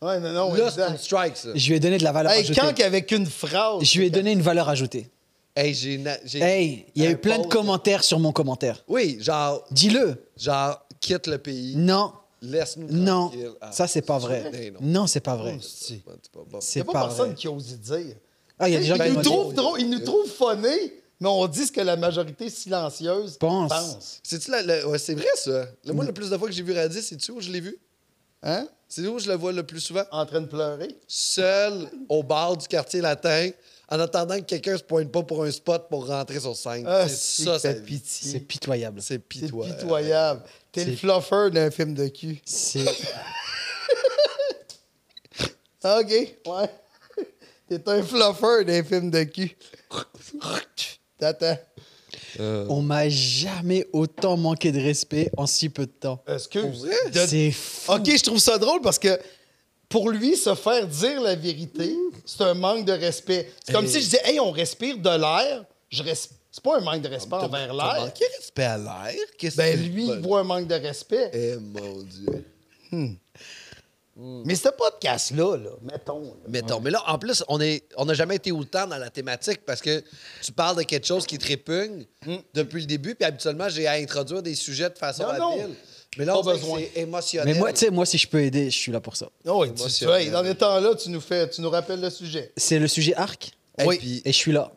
S2: Ouais, non, non,
S1: là, c'est
S2: exact.
S1: une strike, ça.
S3: Je lui ai donné de la valeur
S2: Hey,
S3: ajoutée.
S2: quand qu'avec une phrase.
S3: Je lui ai donné une valeur ajoutée.
S1: Hey, j'ai... na- j'ai-
S3: Hey, il y a
S1: un
S3: eu plein de
S1: post-
S3: commentaires sur mon commentaire.
S1: Oui, genre,
S3: Dis-le.
S1: genre, quitte le pays,
S3: Non.
S1: laisse-nous
S3: Non.
S1: tranquille. Ah,
S3: Ça, c'est pas vrai.
S1: Hey, non.
S3: Non, c'est pas vrai.
S2: C'est
S1: C'est pas bon.
S3: C'est
S2: Il n'y a
S3: pas
S2: pas personne
S3: vrai.
S2: qui ose y dire.
S3: Ah, il y a des gens
S2: Ils
S3: qui
S2: nous
S3: m'ont dit-
S2: trouvent drôles, ils nous trouvent phonés, mais on dit ce que la majorité silencieuse
S3: Pense.
S2: pense.
S1: C'est-tu la- la- ouais, c'est vrai, ça. Le- moi, le plus de fois que j'ai vu Radis, c'est-tu où je l'ai vu?
S2: Hein?
S1: C'est où je le vois le plus souvent?
S2: En train de pleurer.
S1: Seul au bar du quartier latin, en attendant que quelqu'un se pointe pas pour un spot pour rentrer sur scène.
S2: Ah,
S1: c'est ça,
S2: c'est
S1: ça.
S2: que t'as pitié.
S3: C'est pitoyable.
S1: C'est
S2: C'est
S1: pitoyable.
S2: pitoyable. T'es le fluffer d'un film de cul.
S3: C'est
S2: OK, ouais. T'es un fluffer d'un film de cul. T'attends.
S3: euh, on m'a jamais autant manqué de respect en si peu de temps.
S2: Excuse.
S3: C'est fou.
S2: OK, je trouve ça drôle parce que pour lui, se faire dire la vérité, c'est un manque de respect. C'est comme si je disais, hey, on respire de l'air. Je res- C'est pas un manque de respect envers
S1: Ah, T'as
S2: l'air.
S1: manqué respect à l'air? Qu'est-ce
S2: Ben
S1: que-
S2: lui, il voit un manque de respect.
S1: Eh mon Dieu.
S2: Mais ce podcast-là, là, mettons. là.
S1: Mettons. Mais là, en plus, on est, on n'a jamais été autant dans la thématique parce que tu parles de quelque chose qui te répugne depuis le début, puis habituellement, j'ai à introduire des sujets de façon
S2: Non, non.
S1: habile. Mais là, on
S2: Pas
S1: dirait que
S2: besoin.
S1: c'est émotionnel.
S3: Mais moi, tu sais, moi, si je peux aider, je suis là pour ça.
S2: Oh, et tu- tu-
S1: Émotionnel.
S2: hey, dans les temps-là, tu nous fais, tu nous rappelles le sujet.
S3: C'est le sujet arc.
S1: Et
S3: oui.
S1: puis-
S3: Et je suis là.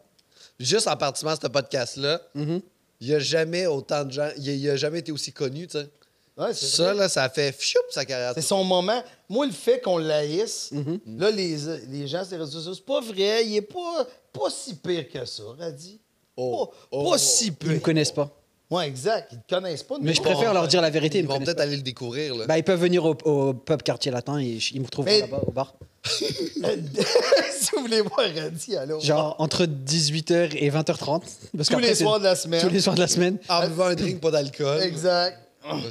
S1: juste en participant à ce podcast-là, il
S3: Mhm.
S1: n'y a jamais autant de gens, il y a- il a, jamais été aussi connu, tu sais.
S2: Ouais, c'est
S1: Ça,
S2: vrai.
S1: là, ça fait fioup sa carrière.
S2: C'est son moment. Moi, le fait qu'on l'haïsse,
S1: Mm-hmm.
S2: là, les, les gens sur les réseaux sociaux, c'est pas vrai, il est pas, pas si pire que ça, Radis.
S1: Oh.
S2: Pas,
S1: Oh.
S2: pas si pire.
S3: Ils me connaissent pas.
S2: Ouais, exact. Ils te connaissent pas.
S3: Mais je
S2: nous,
S3: préfère
S2: on-
S3: leur dire la vérité. Ils,
S1: Ils
S3: me
S1: vont
S3: connaissent
S1: peut-être
S3: pas.
S1: aller le découvrir, là.
S3: Bah, ils peuvent venir au, au pub quartier latin et je- ils me retrouveront
S2: Mais-
S3: là-bas au bar.
S2: si vous voulez voir Radis, alors.
S3: Genre entre 18h et 20h30. Parce
S2: Tous
S3: qu'après,
S2: les
S3: c'est-
S2: soirs de la semaine.
S3: Tous les soirs de la semaine.
S1: En buvant Ah, un drink, pas d'alcool.
S2: Exact.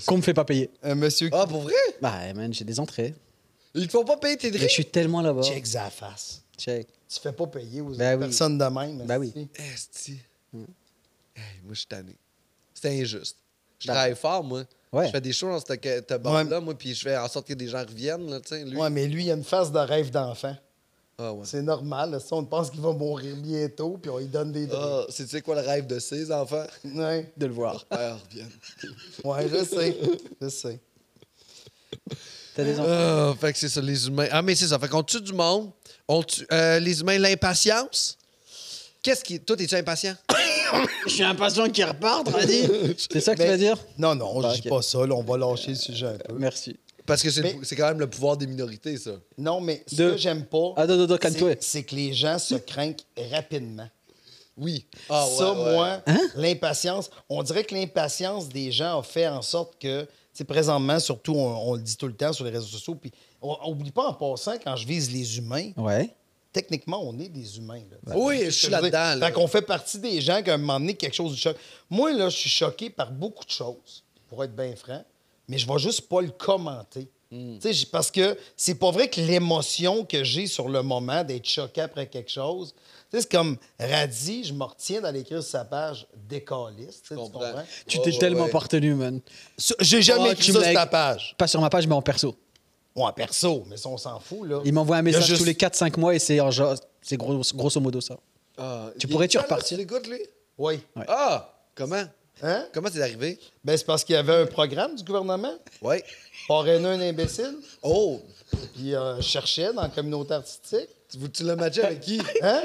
S3: Qu'on me fait pas payer.
S2: Un monsieur qui
S1: Ah, pour vrai?
S3: Bah, man, j'ai des entrées.
S1: Ils te font pas payer tes
S3: Mais je
S1: drinks?
S3: suis tellement là-bas.
S2: check sa face.
S3: Check.
S2: Tu fais pas payer aux
S3: Ben oui.
S2: personnes de même.
S3: Ben oui.
S2: esti.
S1: Esti. Hey, moi, je suis tanné. C'était injuste. Je
S3: Ben.
S1: travaille fort, moi.
S3: Ouais.
S1: Je fais des shows dans cette, ca- cette bande-là, moi, puis je fais en sorte que des gens reviennent, là, tu sais. Lui.
S2: Ouais, mais lui, il a une face de rêve d'enfant.
S1: Ah, ouais.
S2: C'est normal. là. Ça, on pense qu'il va mourir bientôt, puis on lui donne des drogues.
S1: Ah, c'est tu sais quoi le rêve de ces enfants?
S3: Ah.
S2: Ouais.
S3: De le voir.
S1: Ah, ils reviennent.
S2: ouais, je sais. Je sais.
S3: T'as des entrées.
S1: Ah, fait que c'est ça, les humains. Ah, mais c'est ça. Fait qu'on tue du monde. On tue, euh, les humains, l'impatience. Qu'est-ce qui. Toi, es-tu impatient?
S3: Je suis impatient qu'ils repartent, Radi. C'est ça que tu vas dire
S2: Non, non,
S3: Ah,
S2: je dis
S3: ok.
S2: pas ça. là, on va lâcher le sujet un peu.
S3: Merci.
S1: Parce que c'est
S2: Mais-
S1: c'est quand même le pouvoir des minorités, ça.
S2: Non, mais ce
S3: De-
S2: que j'aime pas,
S3: Ah, non, non, non,
S2: c'est-
S3: calme-toi.
S2: c'est que les gens se craignent rapidement.
S1: Oui. Ah, ouais,
S2: ça,
S1: ouais.
S2: moi,
S3: Hein?
S2: l'impatience, on dirait que l'impatience des gens a fait en sorte que, tu sais, présentement, surtout, on, on le dit tout le temps sur les réseaux sociaux, puis on, on oublie pas en passant, quand je vise les humains,
S3: Ouais.
S2: techniquement, on est des humains. Là.
S1: Ben Oui, je
S2: C'est ce
S1: suis
S2: que veux dire.
S1: là-dedans. là.
S2: Fait qu'on fait partie des gens qui, à un moment donné, quelque chose de choc. Moi, là, je suis choqué par beaucoup de choses, pour être bien franc, mais je vais juste pas le commenter.
S1: Hmm.
S2: Tu sais, j- Parce que c'est pas vrai que l'émotion que j'ai sur le moment d'être choqué après quelque chose, tu sais, c'est comme Radis, je me retiens d'aller écrire sur sa page décaliste. Tu
S1: comprends.
S2: comprends?
S3: Tu
S1: Ouais,
S3: t'es
S1: ouais,
S3: tellement
S1: ouais.
S3: partenu, man.
S2: Ça, J'ai jamais
S3: Oh, tu
S2: écrit ça
S3: me
S2: sur
S3: l'as-
S2: ta page.
S3: Pas sur ma page, mais en perso.
S2: Ouais, perso, mais ça, on s'en fout. là.
S3: Il m'envoie un
S2: Il y a
S3: message
S2: juste-
S3: tous les 4-5 mois et c'est en genre. C'est gros- grosso modo ça.
S1: Ah,
S3: Tu
S1: il-
S3: pourrais-tu
S1: Ah, là,
S3: repartir?
S1: Tu l'écoutes, lui?
S2: Oui.
S3: Ouais.
S1: Ah! Comment?
S2: Hein?
S1: Comment c'est arrivé?
S2: Ben, c'est parce qu'il y avait un programme du gouvernement.
S1: Oui.
S2: Parrainer un imbécile.
S1: Oh!
S2: Puis euh, je cherchais dans la communauté artistique.
S1: Tu, vous- tu l'as matché avec qui?
S2: Hein?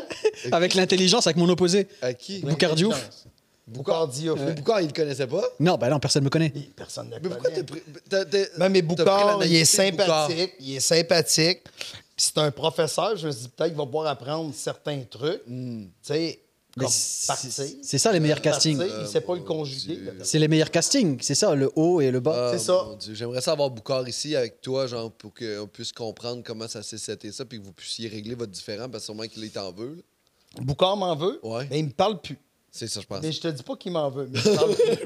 S3: Avec l'intelligence, avec mon opposé.
S1: À qui?
S3: Boucard Diouf.
S2: Boucard Diouf.
S1: Mais Boucard, il le connaissait pas?
S3: Non, bah non, personne me connaît.
S2: Hey, Personne ne
S1: Mais pourquoi t'as
S2: connaît.
S1: pris. t'as- t'as-
S2: Ben, mais
S1: t'as pris
S2: Boucard, il est
S1: l'anonymité de Boucard?
S2: sympathique. Il est sympathique. Puis c'est un professeur. Je me suis dit, peut-être qu'il va pouvoir apprendre certains trucs.
S1: Hmm.
S2: Tu sais,
S3: Mais
S2: comme Euh,
S3: c'est-
S2: partir.
S3: C'est ça les meilleurs
S2: Partir,
S3: castings.
S2: il ne sait pas le conjuguer.
S1: Oh, Dieu.
S3: C'est les meilleurs castings. C'est ça, le haut et le bas.
S1: Ah,
S2: C'est ça.
S1: mon Dieu. J'aimerais ça avoir Boucard ici avec toi, genre, pour qu'on puisse comprendre comment ça s'est seté ça, puis que vous puissiez régler votre différent, parce que sûrement qu'il est en veut. là.
S2: Boucard m'en veut,
S1: Ouais. Ah,
S2: mais il me parle plus.
S1: C'est ça, je pense.
S2: Mais je te dis pas qu'il m'en veut, mais il me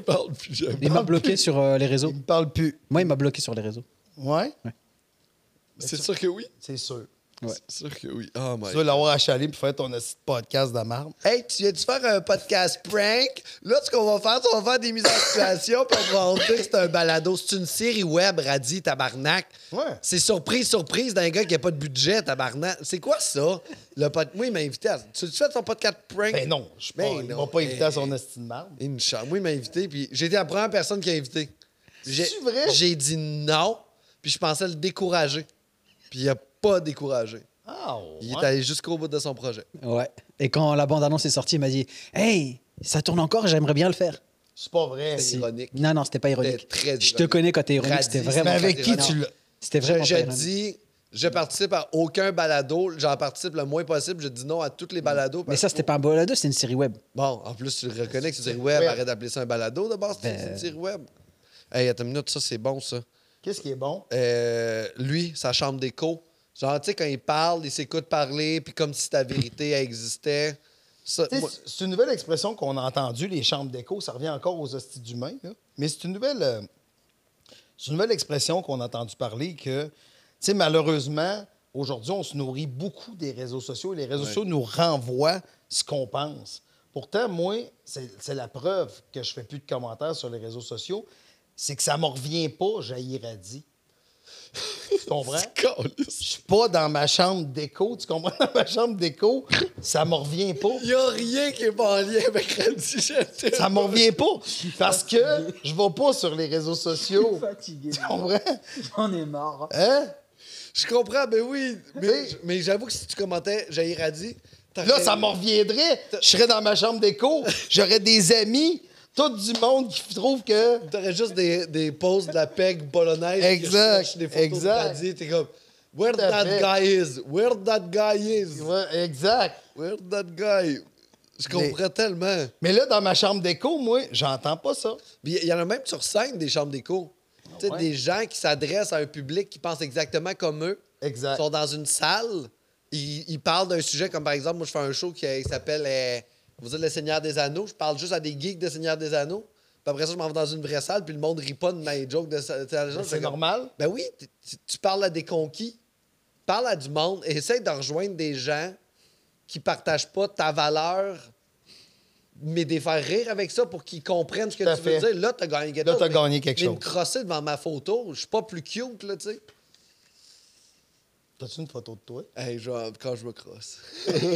S1: Je
S2: parle plus.
S1: parle plus jamais.
S3: Il m'a bloqué sur euh, les réseaux.
S2: Il me parle plus.
S3: Moi, il m'a bloqué sur les réseaux.
S2: Ouais?
S1: C'est sûr que oui.
S2: C'est sûr.
S3: Ouais.
S1: C'est sûr que oui. Oh my
S2: Tu dois l'avoir achalé puis faire ton assis de podcast de marde.
S1: Hey, tu viens-tu faire un podcast prank? Là, ce qu'on va faire, c'est qu'on va faire des mises en situation, puis on va en dire que c'est un balado. C'est une série web, radis, tabarnak.
S2: Ouais.
S1: C'est surprise, surprise d'un gars qui a pas de budget, tabarnak. C'est quoi ça? Le pod... Moi, il m'a invité à. Tu tu fais ton podcast prank?
S2: Ben non, je suis pas,
S1: Ben
S2: il
S1: non,
S2: va pas éviter
S1: hey.
S2: à son assis de marde.
S1: Il me charme. Moi, il m'a invité, puis j'étais la première personne qui a invité. J'ai-
S2: C'est vrai?
S1: J'ai dit non, puis je pensais le décourager. Puis il a pas découragé.
S2: Ah,
S1: Il
S2: ouais.
S1: est allé jusqu'au bout de son projet.
S3: Ouais. Et quand la bande-annonce est sortie, il m'a dit Hey, ça tourne encore, j'aimerais bien le faire.
S2: C'est pas vrai.
S1: C'est ironique.
S3: Non, non, c'était pas ironique.
S1: C'était très
S3: je te
S1: ironique.
S3: connais quand t'es ironique,
S1: Radis,
S3: c'était
S1: c'était
S3: vraiment.
S2: Mais avec
S3: pas
S2: qui
S3: ironique.
S2: tu l'as.
S3: C'était
S1: Je,
S3: vraiment.
S1: je
S3: pas ironique.
S1: dis, je participe à aucun balado, j'en participe le moins possible, je dis non à toutes les balados.
S3: Mais ça, c'était pas un balado, c'était une série web.
S1: Bon, en plus, tu le reconnais que tu dis web,
S2: Ouais.
S1: arrête d'appeler ça un balado de base, c'est
S3: Ben,
S1: une série web. Hey, attends une minute, ça, c'est bon, ça.
S2: Qu'est-ce qui est bon?
S1: Euh, lui, sa chambre d'écho. Genre, tu sais, quand il parle, il s'écoute parler, puis comme si ta vérité elle existait. Ça,
S2: Tu sais,
S1: moi-
S2: c'est- C'est une nouvelle expression qu'on a entendue, les chambres d'écho. Ça revient encore aux hosties d'humains. là. Mais c'est une nouvelle. euh, c'est une nouvelle expression qu'on a entendu parler que, tu sais, malheureusement, aujourd'hui, on se nourrit beaucoup des réseaux sociaux et les réseaux sociaux nous renvoient ce qu'on pense. Pourtant, moi, c'est c'est la preuve que je fais plus de commentaires sur les réseaux sociaux, c'est que ça ne me revient pas, j'aïradis. tu comprends? Je suis pas dans ma chambre d'écho, tu comprends? Dans ma chambre d'écho, ça me revient pas.
S1: Il n'y a rien qui est pas en lien avec Randy Sheffield.
S2: Ça m'en revient pas. Parce que je vais pas sur les réseaux sociaux.
S3: Fatigué.
S2: Tu comprends?
S3: J'en ai marre.
S2: Hein?
S1: Je comprends, mais oui. Mais,
S2: T'sais-
S1: mais j'avoue que si tu commentais Jair Radis,
S2: Là, ça m'en reviendrait. Je serais dans ma chambre d'écho. J'aurais des amis. Tout du monde qui trouve que.
S1: T'aurais juste des, des poses de la peg bolognaise. qui
S2: Exact,
S1: recherchent des photos
S2: exact.
S1: de Radis, T'es comme, where
S2: Tout à
S1: that
S2: fait.
S1: guy is? Where that guy is?
S2: Ouais, exact.
S1: Where that guy? Je comprends tellement.
S2: Mais là, dans ma chambre d'écho, moi, j'entends pas ça.
S1: Puis il y en a même sur scène des chambres d'écho. Tu sais,
S2: Ah ouais?
S1: Des gens qui s'adressent à un public qui pense exactement comme eux.
S2: Exact.
S1: sont dans une salle, ils, ils parlent d'un sujet comme par exemple, moi je fais un show qui euh, s'appelle euh, vous dites le Seigneur des Anneaux, je parle juste à des geeks de Seigneur des Anneaux. Puis après ça, je m'en vais dans une vraie salle, puis le monde rit pas de mes jokes de Seigneur des Anneaux.
S2: C'est
S1: Fait comme,
S2: normal.
S1: Ben oui, t- tu- tu parles à des conquis, parle à du monde et essaie de rejoindre des gens qui partagent pas ta valeur, mais de les faire rire avec ça pour qu'ils comprennent ce que
S2: Tout à
S1: tu veux
S2: fait.
S1: dire. Là, t'as gagné quelque
S2: Là,
S1: chose.
S2: t'as
S1: mais-
S2: gagné quelque
S1: mais
S2: chose.
S1: me crosser devant ma photo, je suis pas plus cute, là, tu sais.
S2: T'as-tu une photo de toi?
S1: Hey, genre, quand je me crosse. Quand je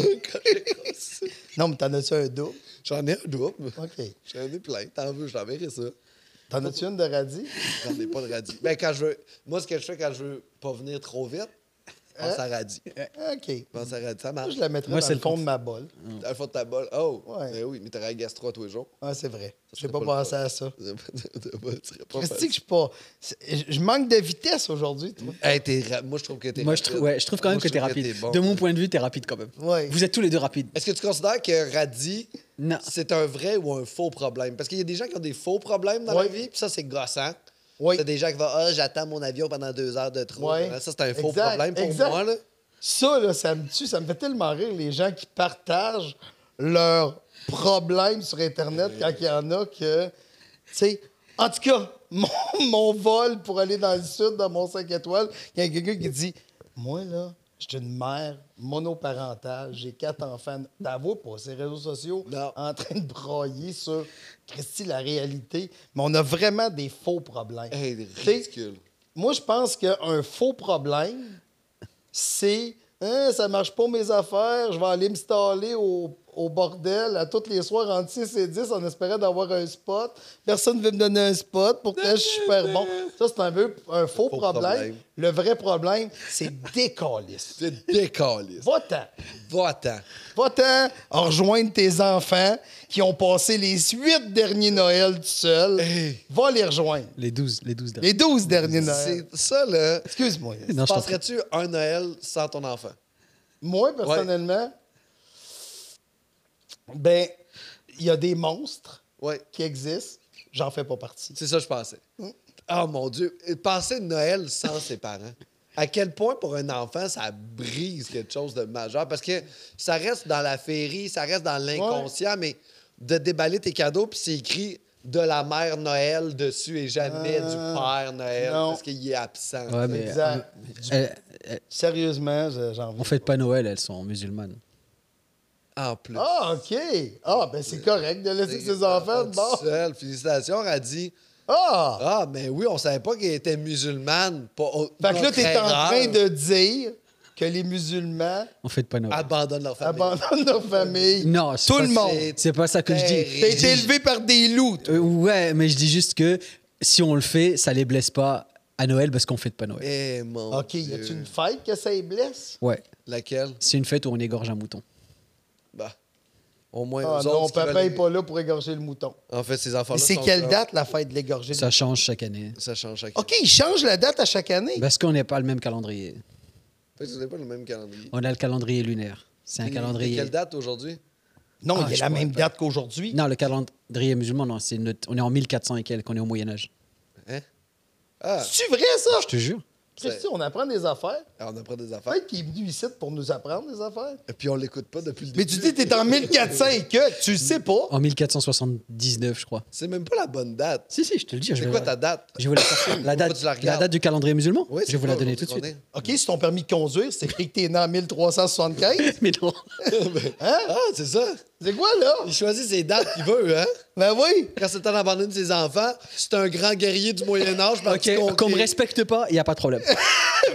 S1: me crosse.
S2: Non, mais t'en as-tu un double?
S1: J'en ai un double.
S2: OK.
S1: J'en ai plein. T'en veux, je t'enverrai ça.
S2: T'en as-tu une de radis?
S1: J'en ai pas de radis. Mais quand je veux. Moi, ce que je fais quand je veux pas venir trop vite, je
S2: Hein?
S1: pense à radis. Je
S2: OK.
S1: pense à radis. Ça
S2: Moi,
S1: marche.
S2: je la mettrais
S3: Moi,
S2: dans
S3: c'est
S2: le
S3: le
S2: fond
S3: compte-
S2: de ma bolle.
S1: T'as un fond de ta bolle. Oh!
S2: Ouais.
S1: Ben oui, mais t'aurais un gastro tous les jours.
S2: Ah, c'est vrai. J'ai
S1: serait
S2: pas
S1: pas le
S2: pensé
S1: fun.
S2: à ça.
S1: Tu serais pas
S2: Christy, que je
S1: facile.
S2: suis pas. c'est- Je manque de vitesse aujourd'hui, toi.
S1: Hey, t'es ra- Moi, je trouve que t'es
S3: Moi, je, trou-
S1: rapide.
S3: ouais, je trouve quand même
S1: Moi,
S3: que
S1: je
S3: t'es
S1: trouve
S3: rapide.
S1: bon.
S3: De mon point de vue, t'es rapide quand même.
S2: Ouais.
S3: Vous êtes tous les deux rapides.
S1: Est-ce que tu considères que radis,
S3: Non.
S1: c'est un vrai ou un faux problème? Parce qu'il y a des gens qui ont des faux problèmes dans
S2: Oui.
S1: la vie, puis ça, c'est gossant.
S2: Oui.
S1: T'as des gens qui vont Ah, j'attends mon avion pendant deux heures de trop.
S2: Ouais.
S1: Ça, c'est un faux
S2: Exact,
S1: problème pour
S2: exact.
S1: moi. Là.
S2: Ça, là, ça me tue. Ça me fait tellement rire, les gens qui partagent leurs problèmes sur Internet
S1: Euh.
S2: quand il y en a que. Tu sais, en tout cas, mon, mon vol pour aller dans le sud, dans mon 5 étoiles, il y a quelqu'un qui dit Moi, là, je suis une mère monoparentale, j'ai quatre enfants. T'avoues pas, ces réseaux sociaux
S1: Non.
S2: en train de broyer sur Christy, la réalité. Mais on a vraiment des faux problèmes.
S1: Hey,
S2: Tu sais,
S1: ridicule.
S2: moi, je pense qu'un faux problème, c'est Hein, ça marche pas mes affaires, je vais aller m'installer au, au bordel à tous les soirs entre 6 et 10 en espérant d'avoir un spot. Personne ne veut me donner un spot, pourtant je suis super bon. Ça, c'est un, peu un faux,
S1: Faux
S2: problème.
S1: problème.
S2: Le vrai problème, c'est décaliste.
S1: C'est décaliste.
S2: Va-t'en.
S1: Va-t'en.
S2: Va-t'en rejoindre tes enfants qui ont passé les huit derniers Noël tout seuls.
S1: Hey.
S2: Va les rejoindre.
S3: Les 12, les 12
S2: Les 12 derniers Noël.
S1: C'est ça, là.
S2: Excuse-moi.
S3: Non, je t'en prie.
S1: Passerais-tu un Noël sans ton enfant?
S2: Moi, personnellement, ben, il y a des monstres
S1: Oui.
S2: qui existent. J'en fais pas partie.
S1: C'est ça, je pensais.
S2: Mm.
S1: Oh mon Dieu. Et Passer Noël sans ses parents. À quel point pour un enfant ça brise quelque chose de majeur? Parce que ça reste dans la féerie, ça reste dans l'inconscient, mais de déballer tes cadeaux, puis c'est écrit de la mère Noël dessus et jamais
S2: Euh,
S1: du père Noël
S2: non.
S1: parce qu'il est absent.
S3: Ouais, mais euh,
S2: Exact.
S3: elles- elles-
S2: Sérieusement, je- j'en veux.
S3: on fait pas Noël, elles sont musulmanes.
S1: En plus.
S2: Ah, OK. Ah, ben c'est correct de laisser ses enfants de
S1: tout
S2: bord.
S1: seul. Félicitations, elle a dit
S2: Ah!
S1: Ah, mais oui, on savait pas qu'elle était musulmane. Pas,
S2: Fait que là,
S1: notre
S2: t'es en
S1: erreur.
S2: train de dire que les musulmans
S3: On fait pas Noël.
S1: Abandonne leur famille.
S2: abandonnent leur famille.
S3: Non, c'est
S2: Tout
S3: pas-
S2: le monde.
S1: c'est-
S3: C'est pas ça que je dis.
S2: T'as été élevé par des loups. toi.
S3: Euh, ouais, mais je dis juste que si on le fait, ça les blesse pas à Noël parce qu'on fête pas Noël.
S1: Eh mon
S2: OK, y a-tu
S1: Dieu.
S2: une fête que ça les blesse?
S3: Ouais,
S1: Laquelle
S3: c'est une fête où on égorge un mouton.
S1: Bah. Au moins,
S2: Ah
S1: eux
S2: non,
S1: autres, qui
S2: papa
S1: veulent-
S2: n'est pas là pour égorger le mouton.
S1: En fait, ces enfants-là.
S2: Mais c'est
S1: sont-
S2: quelle date la fête de l'égorger?
S3: Ça change chaque année.
S1: Ça change chaque
S2: OK, ils changent la date à chaque
S1: Ben,
S2: année.
S3: Parce qu'on n'a pas le même calendrier.
S1: Fait que vous n'avez pas le même calendrier.
S3: On a le calendrier lunaire. C'est un
S1: Mais
S3: calendrier.
S1: Quelle date aujourd'hui?
S2: non,
S3: Ah,
S2: il y
S3: je
S2: a la
S3: pourrais
S2: même date qu'aujourd'hui.
S3: Non, le calendrier musulman, non, c'est notre- on est en 1400 et quelques, on est au Moyen-Âge.
S1: Hein? Ah,
S2: C'est-tu vrai, ça?
S3: Je te jure.
S2: Christy, on apprend des affaires.
S1: on apprend des affaires.
S2: Peut-être qu'il est venu ici pour nous apprendre des affaires.
S1: Et puis on l'écoute pas depuis le
S2: Mais
S1: début.
S2: tu dis que t'es en 1400 et que tu le sais pas.
S3: En 1479, je crois.
S1: C'est même pas la bonne date.
S3: Si, si, je te le dis. je
S1: C'est
S3: vais-
S1: quoi ta date?
S3: Je vais vous la sortir. La
S1: Pourquoi
S3: date,
S1: tu la
S3: la,
S1: regardes?
S3: date du calendrier musulman
S1: Oui,
S3: Je
S1: c'est
S3: vais vous la
S1: quoi,
S3: donner
S1: où
S3: tout de
S1: est-ce
S3: suite.
S1: qu'on
S2: OK, c'est ton permis de conduire, c'est écrit que t'es né en 1375.
S3: Mais non.
S1: est? Ah, c'est ça.
S2: C'est quoi, là?
S1: Il choisit ses dates qu'il veut, hein?
S2: Ben oui!
S1: Quand c'est le temps d'abandonner ses enfants, c'est un grand guerrier du Moyen-Âge.
S3: OK, qu'on me respecte pas, il n'y a pas de problème.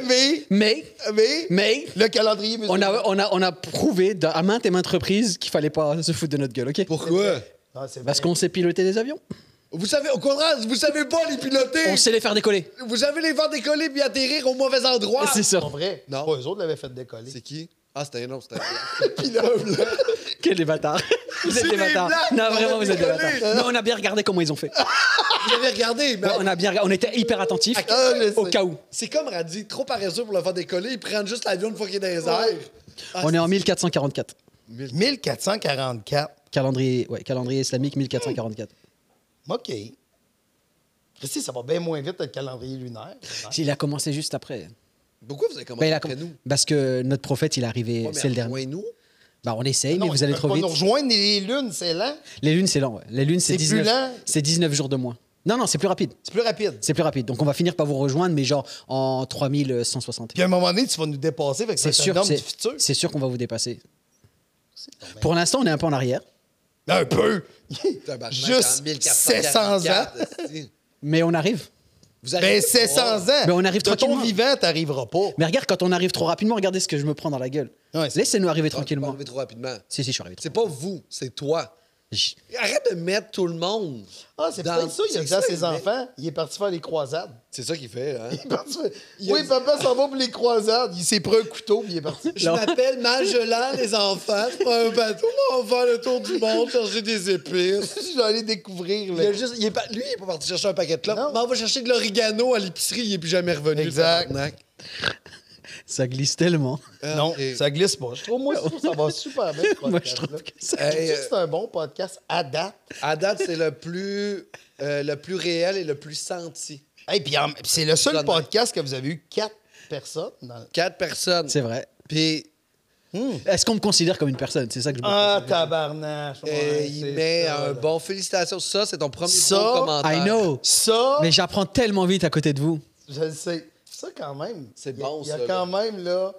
S2: Mais,
S3: Mais,
S2: mais,
S3: mais,
S2: le calendrier musulman.
S3: on a, on a, on a prouvé de- à maintes et maintes reprises qu'il fallait pas se foutre de notre gueule, OK
S1: Pourquoi?
S2: Ah, c'est
S3: Parce
S2: vrai.
S3: qu'on sait piloter des avions.
S1: Vous savez, au contraire, vous savez pas les piloter.
S3: On sait les faire décoller.
S1: Vous savez les faire décoller puis atterrir au mauvais endroit.
S3: C'est ça.
S2: En vrai,
S1: Non.
S2: non. pas eux autres l'avaient fait décoller.
S1: C'est qui? Ah, c'était un autre, c'était un
S3: Quel des bâtards. Vous
S1: C'est
S3: êtes des
S1: des
S3: bâtards.
S1: blagues,
S3: Non,
S1: on
S3: vraiment,
S1: a
S3: vous êtes des
S1: décollé.
S3: bâtards. Non, on a bien regardé comment ils ont fait.
S1: Vous avez regardé, mais
S3: Ouais, on, a bien, rega- on était hyper attentifs
S2: Ah, je
S3: au
S2: sais.
S3: cas où.
S1: c'est comme Radis, trop paresseux pour le faire décoller. Ils prennent juste l'avion une fois qu'il est dans les airs. Ah,
S3: On est en 1444.
S2: 1444.
S3: Calendrier, ouais, calendrier islamique 1444.
S2: OK. Christy, ça va bien moins vite que le calendrier lunaire.
S3: Il a commencé juste après.
S1: Pourquoi vous avez
S3: Ben,
S1: commencé
S3: il a
S1: après
S3: comm-
S1: nous? Oh,
S3: Parce que notre prophète, il est arrivé,
S1: Ouais, mais
S3: c'est le dernier.
S1: rejoins-nous.
S3: Bah, on essaye, mais
S2: Ah Non,
S3: vous
S2: ils
S3: allez
S2: peuvent
S3: trop
S2: pas
S3: vite.
S2: nous rejoindre, ni les lunes, c'est lent.
S3: Les lunes, c'est lent. ouais. Les lunes, c'est
S2: C'est plus
S3: 19,
S2: lent.
S3: c'est 19 jours de moins. Non, non, c'est plus rapide.
S2: C'est plus rapide.
S3: C'est plus rapide. Donc on va finir par vous rejoindre, mais genre en 3160.
S2: Puis à un moment donné, tu vas nous dépasser, fait que
S3: C'est
S2: c'est un
S3: sûr,
S2: homme
S3: c'est
S2: du futur.
S3: c'est sûr qu'on va vous dépasser. Pour l'instant, on est un peu en arrière,
S2: Un peu.
S1: Tabarnak, en
S2: Juste 700 ans.
S1: 1444, esti.
S3: mais on arrive.
S1: Vous
S2: Ben,
S1: arrivez-
S2: 700 ans.
S3: Mais Ben, on arrive
S2: de ton
S3: tranquillement.
S2: vivant, t'arriveras pas.
S3: Mais regarde, quand on arrive trop rapidement, regardez ce que je me prends dans la gueule.
S2: Ouais, c'est-
S3: Laissez-nous arriver
S1: Oh, t'es pas
S3: tranquillement.
S1: arrivé trop rapidement.
S3: Si, si, je suis arrivé.
S1: C'est pas vous, c'est toi.
S3: J-
S1: Arrête de mettre tout le monde.
S2: Ah, c'est
S1: dans-
S2: peut-être ça, il a
S1: c'est
S2: dit à
S1: ça,
S2: ses
S1: il met-
S2: enfants, il est parti faire les croisades.
S1: C'est ça qu'il fait, hein?
S2: Il est parti faire-
S1: Il a
S2: Oui,
S1: dit-
S2: papa s'en va pour les croisades. Il s'est pris un couteau, puis il est parti.
S1: Je
S3: Non.
S1: m'appelle Magellan, les enfants. Je prends un bateau, on va faire le tour du monde, chercher des épices.
S2: Je vais aller découvrir.
S1: Il
S2: là.
S1: a juste, il est pas- lui, il est pas parti chercher un paquet de clopes.
S2: Non.
S1: Mais on va chercher de l'origano à l'épicerie, il est plus jamais revenu. le
S2: Exact.
S1: tabarnak.
S3: Ça glisse tellement.
S1: Ah,
S2: Non,
S1: et-
S2: ça glisse pas. Je trouve, moi, je trouve que ça va super bien. ce
S3: Moi, je
S2: podcast-là. euh,
S3: trouve que ça.
S1: Hey,
S2: Trouves-tu que C'est un bon podcast à date.
S1: À date, c'est le plus, euh, le plus réel et le plus senti.
S2: Hey, puis en- puis c'est le seul
S1: Donne-moi.
S2: podcast que vous avez eu quatre personnes. dans-
S1: Quatre personnes.
S3: C'est vrai.
S1: Puis
S3: Est-ce qu'on me considère comme une personne C'est ça que je me
S2: Ah, tabarnache.
S1: euh,
S2: ouais, c'est
S1: il met
S2: ça,
S1: un
S2: là.
S1: bon félicitations. Ça, c'est ton premier
S2: Ça,
S1: gros commentaire.
S3: I know.
S2: Ah, bah, Ça,
S3: Mais j'apprends tellement vite à côté de vous.
S2: je le sais. Ça, quand même.
S1: C'est
S2: Il y a-
S1: bon,
S2: Il y a
S1: ça,
S2: quand même, là.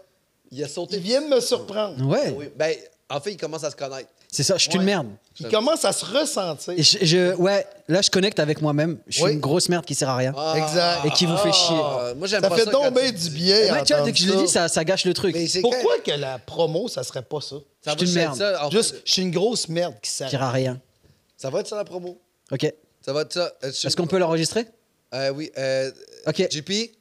S1: Il a sauté.
S2: Il vient de me surprendre.
S3: Ouais.
S1: Oui, ben, en fait, il commence à se connaître.
S3: C'est ça, je suis
S2: Ouais.
S3: une merde.
S2: Il commence à se ressentir.
S3: Et je, je- ouais, là, je connecte avec moi-même. Je suis
S2: Oui.
S3: une grosse merde qui sert à rien.
S1: Ah,
S2: Exact.
S3: Et qui vous fait chier.
S1: Ah, moi, j'aime
S2: Ça
S1: pas
S2: fait
S1: ça quand
S2: tomber
S1: tu-
S2: du bien.
S3: Ouais, tu vois, dès que je le dis, ça, ça gâche le truc.
S1: Mais c'est
S2: Pourquoi que la promo, ça serait pas ça?
S1: Ça va
S3: Je suis une
S1: être ça. en
S2: Juste,
S1: fait.
S2: je suis une grosse merde qui sert.
S3: euh, Qui sert à rien.
S1: ça va être ça la promo.
S3: OK. Est-ce
S1: Ça va être ça. Euh, tu-
S3: qu'on peut l'enregistrer
S1: Euh, oui. euh,
S3: OK.
S1: JP,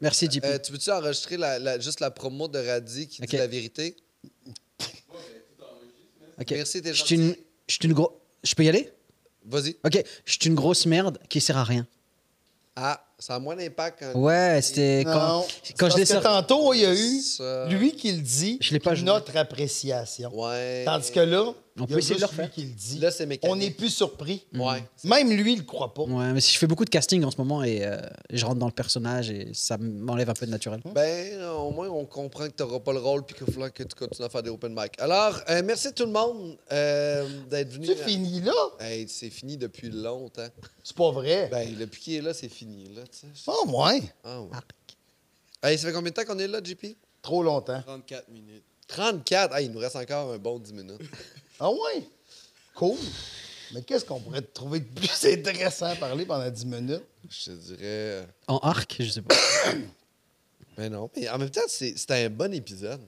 S3: Merci, JP.
S1: euh, tu veux-tu enregistrer la, la- juste la promo de Radis qui dit
S3: Ok.
S1: la vérité?
S3: OK.
S1: merci, t'es
S3: Je suis une,
S1: gentil.
S3: je suis une grosse. Je peux y aller
S1: Vas-y.
S3: OK. Je suis une grosse merde qui sert à rien.
S1: Ah, ça a moins d'impact quand.
S3: Ouais, c'était quand,
S2: Non.
S3: quand je
S2: Parce
S3: l'ai
S2: que
S3: sorti.
S2: tantôt, il y a eu
S1: Ça.
S2: lui qui le dit,
S3: Je l'ai pas
S2: puis
S3: joué.
S2: notre appréciation.
S1: Ouais.
S2: Tandis que là, il
S3: On
S2: y
S3: peut
S2: a
S3: essayer de
S2: juste
S3: le refaire.
S2: lui
S3: Mm.
S2: qui le dit.
S1: Là, c'est mécanique.
S2: On n'est plus surpris.
S1: Ouais.
S2: Même lui, il le croit pas.
S3: Ouais, mais si je fais beaucoup de casting en ce moment et euh, je rentre dans le personnage et ça m'enlève un peu de naturel.
S1: Ben, euh, au moins, on comprend que tu n'auras pas le rôle puis qu'il va falloir que tu continues à faire des open mic. Alors, euh, merci tout le monde euh, d'être venu.
S2: Tu finis là?
S1: Hey, c'est fini depuis longtemps.
S2: C'est pas vrai.
S1: Ben, le piqué est là, c'est fini. Là, tu sais.
S2: Oh, ouais.
S1: ah, ouais. Hey, ça fait combien de temps qu'on est là, JP?
S2: Trop longtemps.
S4: 34 minutes.
S1: 34. Hey, il nous reste encore un bon 10 minutes.
S2: Ah, ouais. Cool. Mais qu'est-ce qu'on pourrait trouver de plus intéressant à parler pendant 10 minutes?
S1: Je te dirais.
S3: En arc, je sais pas.
S1: Mais non. Mais en même temps, c'est- c'était un bon épisode.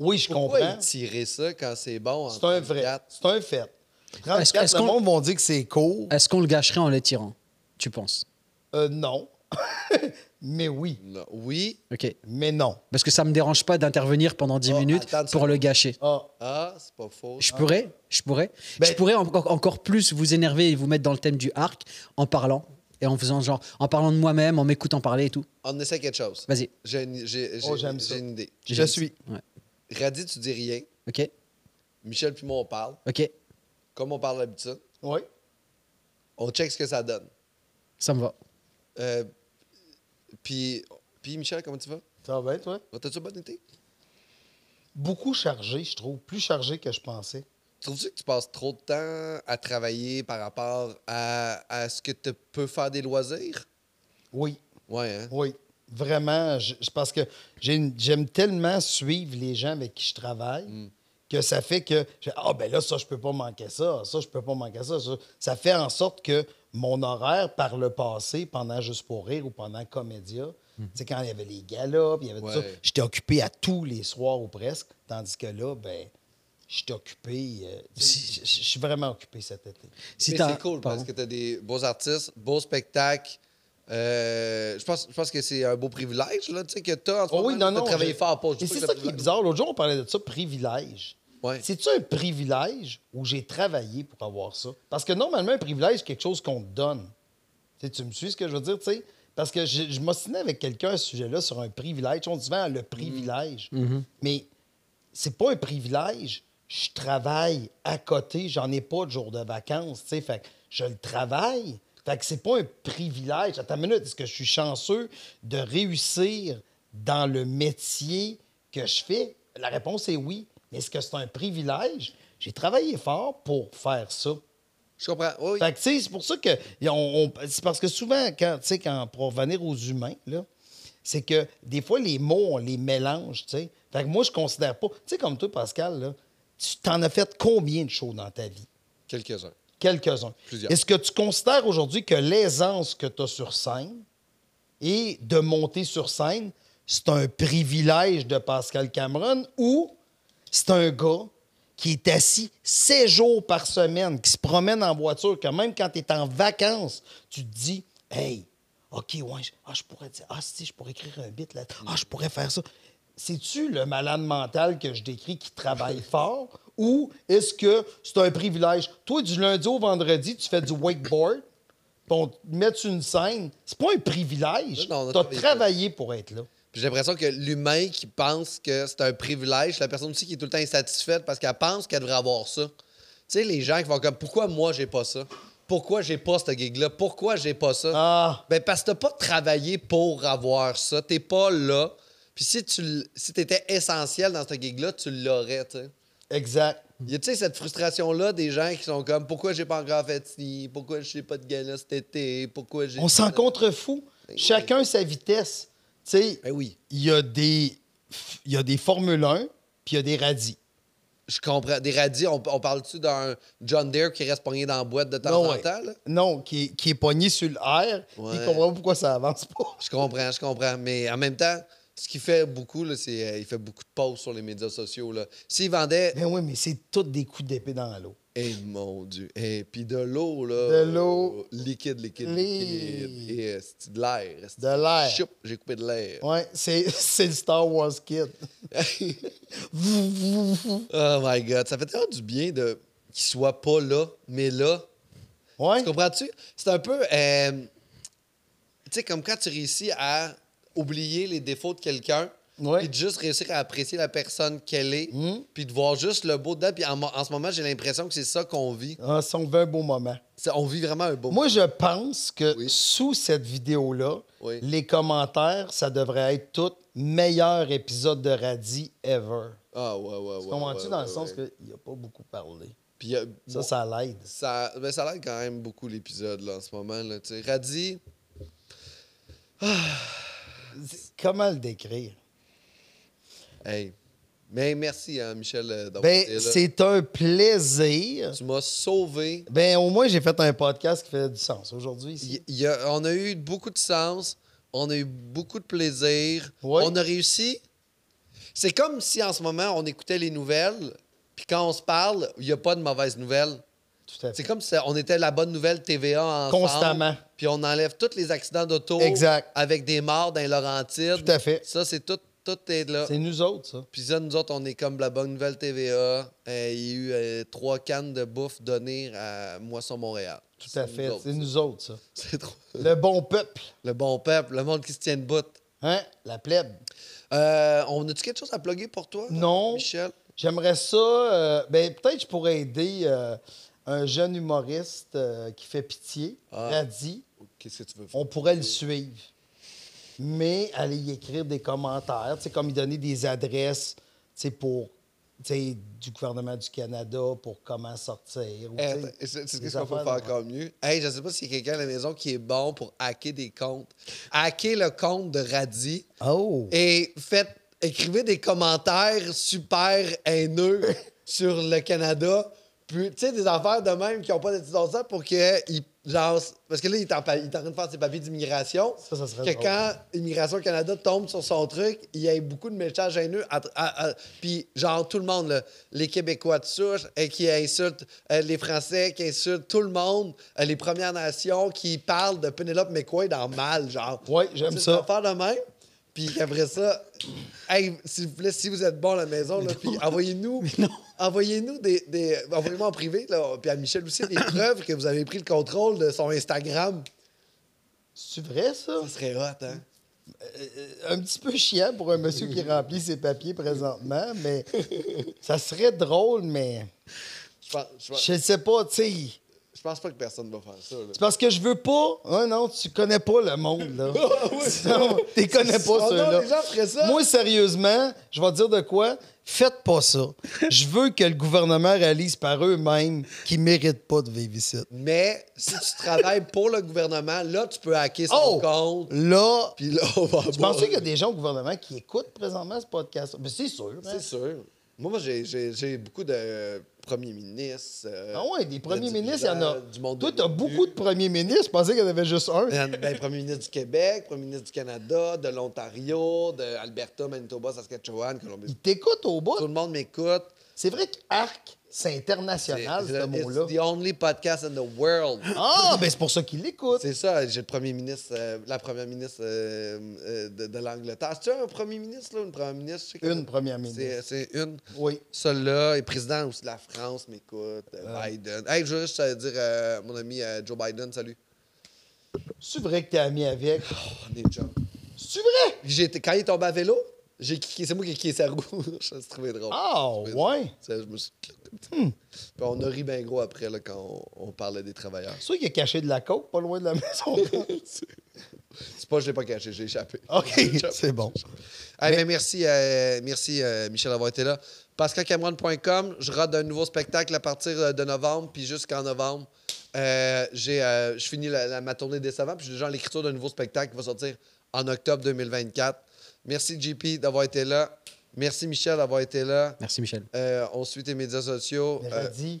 S2: Oui, je
S1: Pourquoi
S2: comprends.
S1: tirer ça quand c'est bon en
S2: C'est un vrai.
S1: 34?
S2: C'est un fait.
S3: Est-ce que-
S2: 34,
S3: est-ce
S2: le
S3: qu'on-
S2: monde vont dire que c'est court.
S3: Est-ce qu'on le gâcherait en l'étirant Tu penses
S2: Euh, non. mais oui,
S1: Non. Oui.
S3: OK.
S2: mais non.
S3: Parce que ça me dérange pas d'intervenir pendant 10
S1: Oh,
S3: minutes
S1: attends une
S3: pour
S1: seconde.
S3: le gâcher.
S2: Ah,
S1: Ah, c'est pas faux.
S3: Je pourrais, je pourrais.
S2: Ben-
S3: je pourrais en- en- encore plus vous énerver et vous mettre dans le thème du arc en parlant et en faisant genre en parlant de moi-même, en m'écoutant parler et tout.
S1: Ah, On essaie quelque chose.
S3: Vas-y.
S1: J'ai une, j'ai- j'ai-
S2: Oh, j'aime ça.
S1: j'ai une idée.
S2: je suis.
S3: Ouais.
S1: Radis, tu dis rien.
S3: OK.
S1: Michel puis moi, on parle.
S3: OK.
S1: Comme on parle d'habitude,
S2: Oui.
S1: on check ce que ça donne.
S3: Ça me va.
S1: Euh, puis, puis, Michel, comment tu vas?
S2: Ça va bien, toi?
S1: T'as-tu bon été?
S2: Beaucoup chargé, je trouve. Plus chargé que je pensais.
S1: Trouves-tu que tu passes trop de temps à travailler par rapport à, à ce que tu peux faire des loisirs?
S2: Oui.
S1: Ouais, hein?
S2: Oui, vraiment. Je, je- parce que j'ai une- j'aime tellement suivre les gens avec qui je travaille que ça fait que je- ah ben là ça je peux pas manquer ça, ça je peux pas manquer ça, ça. Ça fait en sorte que mon horaire par le passé, pendant Juste pour rire ou pendant Comédia, tu sais, quand il y avait les galas, puis il y avait tout ça,
S1: Ouais.
S2: j'étais occupé à tous les soirs ou presque, tandis que là, ben, j'étais occupé. euh, tu sais, je je suis vraiment occupé cet été.
S3: Si
S1: Mais
S3: t'as-
S1: c'est cool
S3: pardon.
S1: parce que tu as des beaux artistes, beaux spectacles. Euh, je, pense, je pense que c'est un beau privilège là, tu sais, que tu as en ce
S2: Oh
S1: moment.
S2: oui, non, non.
S1: Tu travaillé
S2: je-
S1: fort pour. je
S2: Et
S1: dis pas
S2: c'est
S1: que
S2: ça
S1: t'as
S2: qui est
S1: privilège.
S2: bizarre. L'autre jour, on parlait de ça, privilège.
S1: Ouais.
S2: C'est-tu un privilège où j'ai travaillé pour avoir ça? Parce que normalement, un privilège, c'est quelque chose qu'on te donne. Tu sais, tu me suis ce que je veux dire, tu sais? Parce que je, je m'ostinais avec quelqu'un à ce sujet-là sur un privilège. Tu sais, On dit souvent le privilège. Mais c'est pas un privilège. Je travaille à côté. J'en ai pas de jour de vacances. tu sais. Fait que je le travaille. Fait que c'est pas un privilège. Attends une minute. Est-ce que je suis chanceux de réussir dans le métier que je fais? La réponse est oui. Mais est-ce que c'est un privilège? J'ai travaillé fort pour faire ça.
S1: Je comprends. Oui, oui.
S2: Fait que, tu sais, c'est pour ça que. y a- on- on- c'est parce que souvent, quand, tu sais, quand, pour revenir aux humains, là, c'est que des fois, les mots, on les mélange, tu sais. Fait que moi, je considère pas. Tu sais, comme toi, Pascal, là, tu t'en as fait combien de shows dans ta vie?
S1: Quelques-uns.
S2: Quelques-uns.
S1: Plusieurs.
S2: Est-ce que tu considères aujourd'hui que l'aisance que tu as sur scène et de monter sur scène, c'est un privilège de Pascal Cameron ou c'est un gars qui est assis 7 jours par semaine, qui se promène en voiture, que même quand tu es en vacances, tu te dis Hey, OK, ouais, je, ah, je pourrais dire, ah, si, je pourrais écrire un bit là, ah, je pourrais faire ça. C'est-tu le malade mental que je décris qui travaille fort ou est-ce que c'est un privilège? Toi, du lundi au vendredi, tu fais du wakeboard, puis on te met sur une scène. C'est pas un privilège.
S1: Non, on a
S2: T'as
S1: travaillé
S2: travaillé pour être là.
S1: Puis J'ai l'impression que l'humain qui pense que c'est un privilège, la personne aussi qui est tout le temps insatisfaite parce qu'elle pense qu'elle devrait avoir ça. Tu sais, les gens qui vont comme pourquoi moi j'ai pas ça? Pourquoi j'ai pas ce gig-là? Pourquoi j'ai pas ça?
S2: Ah.
S1: Ben parce que t'as pas travaillé pour avoir ça. T'es pas là. Puis si tu l- si t'étais essentiel dans ce gig-là, tu l'aurais, tu sais.
S2: Exact.
S1: Y a, tu sais, cette frustration-là des gens qui sont comme pourquoi j'ai pas encore fait ci, pourquoi j'ai pas de gala cet été, pourquoi j'ai.
S2: On s'en contrefou. Chacun sa vitesse. Tu sais,
S1: Ben oui.
S2: il y a des il y a des Formule 1, puis il y a des radis.
S1: Je comprends. Des radis, on, on parle-tu d'un John Deere qui reste pogné dans la boîte de temps en
S2: ouais.
S1: temps? là?
S2: Non, qui est, qui est pogné sur l'air,
S1: Ouais.
S2: il comprend pas pourquoi ça avance pas.
S1: Je comprends, je comprends. Mais en même temps, ce qu'il fait beaucoup, là, c'est euh, il fait beaucoup de pauses sur les médias sociaux. là. S'il vendait.
S2: Ben oui, mais c'est tous des coups d'épée dans l'eau.
S1: Eh mon Dieu. Et puis de l'eau, là.
S2: De l'eau.
S1: euh, Liquide, liquide,
S2: Li-
S1: liquide. Et euh, c'est de l'air. c'est-
S2: De l'air.
S1: Choup, j'ai coupé de l'air.
S2: Ouais, c'est c'est le Star Wars Kid.
S1: Oh my God. Ça fait tellement du bien de qu'il soit pas là, mais là.
S2: Ouais.
S1: Tu comprends-tu? C'est un peu. euh, tu sais, comme quand tu réussis à oublier les défauts de quelqu'un,
S2: Ouais. Hmm.
S1: puis de juste réussir à apprécier la personne qu'elle est, puis de voir juste le beau dedans. Puis en, mo- en ce moment, j'ai l'impression que c'est ça qu'on vit.
S2: Ah, si on veut un beau moment.
S1: C'est- on vit vraiment un beau.
S2: Moi, je pense que
S1: Oui.
S2: sous cette vidéo-là,
S1: Oui.
S2: les commentaires, ça devrait être tout meilleur épisode de Radis ever.
S1: Ah, ouais, ouais, ouais.
S2: Tu comprends-tu
S1: ouais,
S2: dans
S1: ouais,
S2: le sens
S1: ouais.
S2: qu'il n'a pas beaucoup parlé?
S1: Puis, euh,
S2: Ça,
S1: moi,
S2: ça l'aide.
S1: ça, ben, ça l'aide quand même beaucoup l'épisode là, en ce moment. Là, tu sais. Radis,
S2: Comment le décrire?
S1: hey. Mais merci, hein, Michel, euh, d'avoir été
S2: Ben,
S1: là.
S2: c'est un plaisir.
S1: Tu m'as sauvé.
S2: Ben, au moins, j'ai fait un podcast qui fait du sens aujourd'hui. ici.
S1: Il- il y a- on a eu beaucoup de sens, on a eu beaucoup de plaisir,
S2: Ouais.
S1: on a réussi. C'est comme si en ce moment on écoutait les nouvelles, puis quand on se parle, il n'y a pas de mauvaises nouvelles.
S2: Tout à
S1: C'est
S2: fait.
S1: comme si on était la bonne nouvelle TVA ensemble.
S2: Constamment.
S1: Puis on enlève tous les accidents d'auto.
S2: Exact.
S1: Avec des morts dans les Laurentides.
S2: Tout à fait.
S1: Ça, c'est tout, tout est là.
S2: C'est nous autres, ça.
S1: Puis ça, nous autres, on est comme la bonne nouvelle TVA. Euh, il y a eu euh, trois cannes de bouffe données à Moisson Montréal.
S2: Tout
S1: C'est
S2: à fait.
S1: nous autres.
S2: C'est nous autres, ça.
S1: C'est trop.
S2: Le bon peuple.
S1: Le bon peuple, le monde qui se tient debout.
S2: Hein? La plèbe.
S1: Euh, on a-tu quelque chose à plugger pour toi?
S2: Non.
S1: Michel?
S2: J'aimerais ça. euh, ben, peut-être je pourrais aider euh, un jeune humoriste euh, qui fait pitié,
S1: Ah.
S2: Radis.
S1: Qu'est-ce que tu veux faire?
S2: On pourrait le suivre. Mais aller y écrire des commentaires, tu sais, comme y donner des adresses tu sais, pour tu sais, du gouvernement du Canada pour comment sortir. ou, tu sais,
S1: Hey, attends, Eh, C'est c'est
S2: des
S1: ce qu'on peut faire
S2: affaires de-
S1: encore mieux. Hey, je sais pas s'il y a quelqu'un à la maison qui est bon pour hacker des comptes. Hacker le compte de Radis
S2: Oh!
S1: et faites, écrivez des commentaires super haineux sur le Canada. Puis, tu sais, des affaires de même qui n'ont pas d'études dans ça pour que, il, genre, parce que là, il est, en, pa- il est en train de faire ses papiers d'immigration.
S2: Ça, ça serait
S1: Que
S2: drôle.
S1: quand Immigration Canada tombe sur son truc, il y a eu beaucoup de messages haineux. à- à- à- puis, genre, tout le monde, là, les Québécois de souche euh, qui insultent euh, les Français, qui insultent tout le monde, euh, les Premières Nations, qui parlent de Penelope McQuaid en mal, genre.
S2: Ouais, j'aime
S1: Tu sais,
S2: ça.
S1: faire de même. Puis après ça, hey, s'il vous plaît, si vous êtes bon à la maison, là, puis envoyez-nous envoyez-nous des. des- Envoyez-moi en privé, là, puis à Michel aussi, des preuves que vous avez pris le contrôle de son Instagram.
S2: C'est vrai, ça?
S1: Ça serait hot, hein?
S2: un petit peu chiant pour un monsieur qui remplit ses papiers présentement, mais ça serait drôle, mais
S1: Je pense, je pense-
S2: je sais pas, tu sais.
S1: je pense pas que personne va faire ça. là.
S2: C'est parce que je veux pas. Ah non, tu connais pas le monde, là. Non, tu connais
S1: Oh
S2: pas
S1: non,
S2: ceux-là.
S1: les gens feraient ça.
S2: Moi, sérieusement, je vais te dire de quoi. Faites pas ça. Je veux que le gouvernement réalise par eux-mêmes qu'ils méritent pas de vivre ici.
S1: Mais si tu travailles pour le gouvernement, là, tu peux hacker son
S2: Oh!
S1: compte.
S2: Là,
S1: Puis là, on va
S2: tu
S1: voir.
S2: penses qu'il y a des gens au gouvernement qui écoutent présentement ce podcast? Mais c'est sûr. hein.
S1: C'est sûr. Moi, moi j'ai- j'ai j'ai beaucoup de euh, premiers ministres. euh,
S2: Ah ouais, des premiers
S1: de
S2: ministres, il y en a.
S1: dirigeants Du monde
S2: Toi,
S1: des
S2: t'as
S1: élus.
S2: beaucoup de premiers ministres. Je pensais qu'il y en avait juste un.
S1: Ben, ben, premier ministre du Québec, premier ministre du Canada, de l'Ontario, de Alberta, Manitoba, Saskatchewan, Colombie.
S2: Ils t'écoutent au
S1: Tout
S2: bout.
S1: le monde m'écoute.
S2: C'est vrai qu'ARC, c'est international,
S1: le-
S2: ce mot-là.
S1: it's the only podcast in the world.
S2: Ah, ben c'est pour ça qu'ils l'écoutent.
S1: C'est ça, j'ai le premier ministre, euh, la première ministre euh, euh, de, de l'Angleterre. C'est-tu un premier ministre, là, une première ministre? Je sais que-
S2: Une première
S1: C'est-
S2: ministre.
S1: C'est une.
S2: Oui.
S1: Celle-là est président aussi de la France, m'écoute, euh, Biden. Hey, je veux juste euh, dire, euh, mon ami euh, Joe Biden, salut.
S2: C'est vrai que t'es ami avec.
S1: On est chum.
S2: C'est vrai?
S1: J'ai été- Quand il est tombé à vélo, j'ai kické- c'est moi qui ai kické sa roue. je me suis trouvé drôle.
S2: Ah, ouais. Hmm.
S1: Ça, je me suis- Puis on a ri bien gros après là, quand on, on parlait des travailleurs.
S2: C'est sûr qu'il a caché de la coke pas loin de la maison.
S1: C'est pas que je l'ai pas caché, j'ai échappé. J'ai
S2: OK,
S1: échappé.
S2: c'est bon.
S1: Hey, ben, merci, euh, merci euh, Michel d'avoir été là. PascalCameron.com, je rate un nouveau spectacle à partir euh, de novembre, puis jusqu'en novembre. Euh, j'ai, euh, je finis la, la- ma tournée des savants, puis je suis déjà en l'écriture d'un nouveau spectacle qui va sortir en octobre 2024. Merci JP d'avoir été là. Merci Michel d'avoir été là.
S3: Merci Michel.
S1: Euh, on suit tes médias sociaux.
S2: Mais
S1: Euh,
S2: Radis,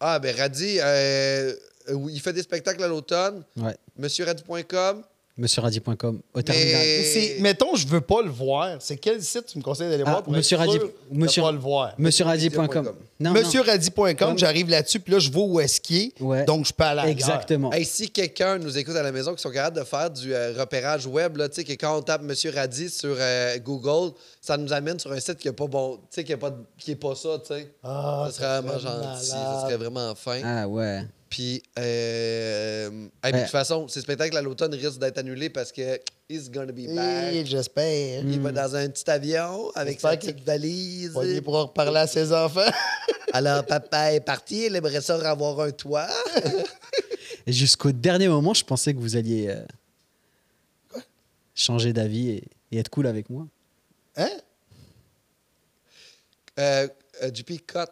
S1: Ah, ben Radi, euh, euh, oui, il fait des spectacles à l'automne.
S3: Ouais.
S1: MonsieurRadi.com.
S3: MonsieurRadi.com au
S1: Mais-
S3: terminal.
S2: c'est- mettons, je veux pas le voir. C'est quel site tu me conseilles d'aller
S3: Ah,
S2: voir pour
S3: Monsieur
S2: être
S3: Radis-
S2: sûr
S3: Monsieur-
S2: de pas le voir?
S3: MonsieurRadi.com.
S1: Monsieur
S3: Non, non.
S2: MonsieurRadis.com,
S3: Comme-
S2: j'arrive là-dessus, puis là, je vois où est-ce qu'il est.
S3: Ouais.
S2: Donc, je peux aller ailleurs.
S3: Exactement.
S1: Hey, si quelqu'un nous écoute à la maison qui sont capables de faire du euh, repérage web, là, tu sais, que quand on tape Monsieur Radi sur euh, Google, ça nous amène sur un site qui n'est pas bon, tu sais, qui est pas, de- qui est pas ça, tu sais.
S2: Ah,
S1: ça serait vraiment
S2: malade.
S1: gentil, ça serait vraiment fin.
S3: Ah ouais.
S1: Puis, euh, hey, puis de toute façon, ces spectacles à l'automne risquent d'être annulés parce que he's gonna be back.
S2: Eh, J'espère.
S1: Il va dans un petit avion avec sa
S2: J'espère qu'il-
S1: petite valise.
S2: Pas lié pour en reparler à ses enfants.
S1: Alors, papa est parti, il aimerait ça avoir un toit.
S3: Et jusqu'au dernier moment, je pensais que vous alliez euh, changer d'avis et, et être cool avec moi.
S2: Hein?
S1: Euh, euh, JP, cut.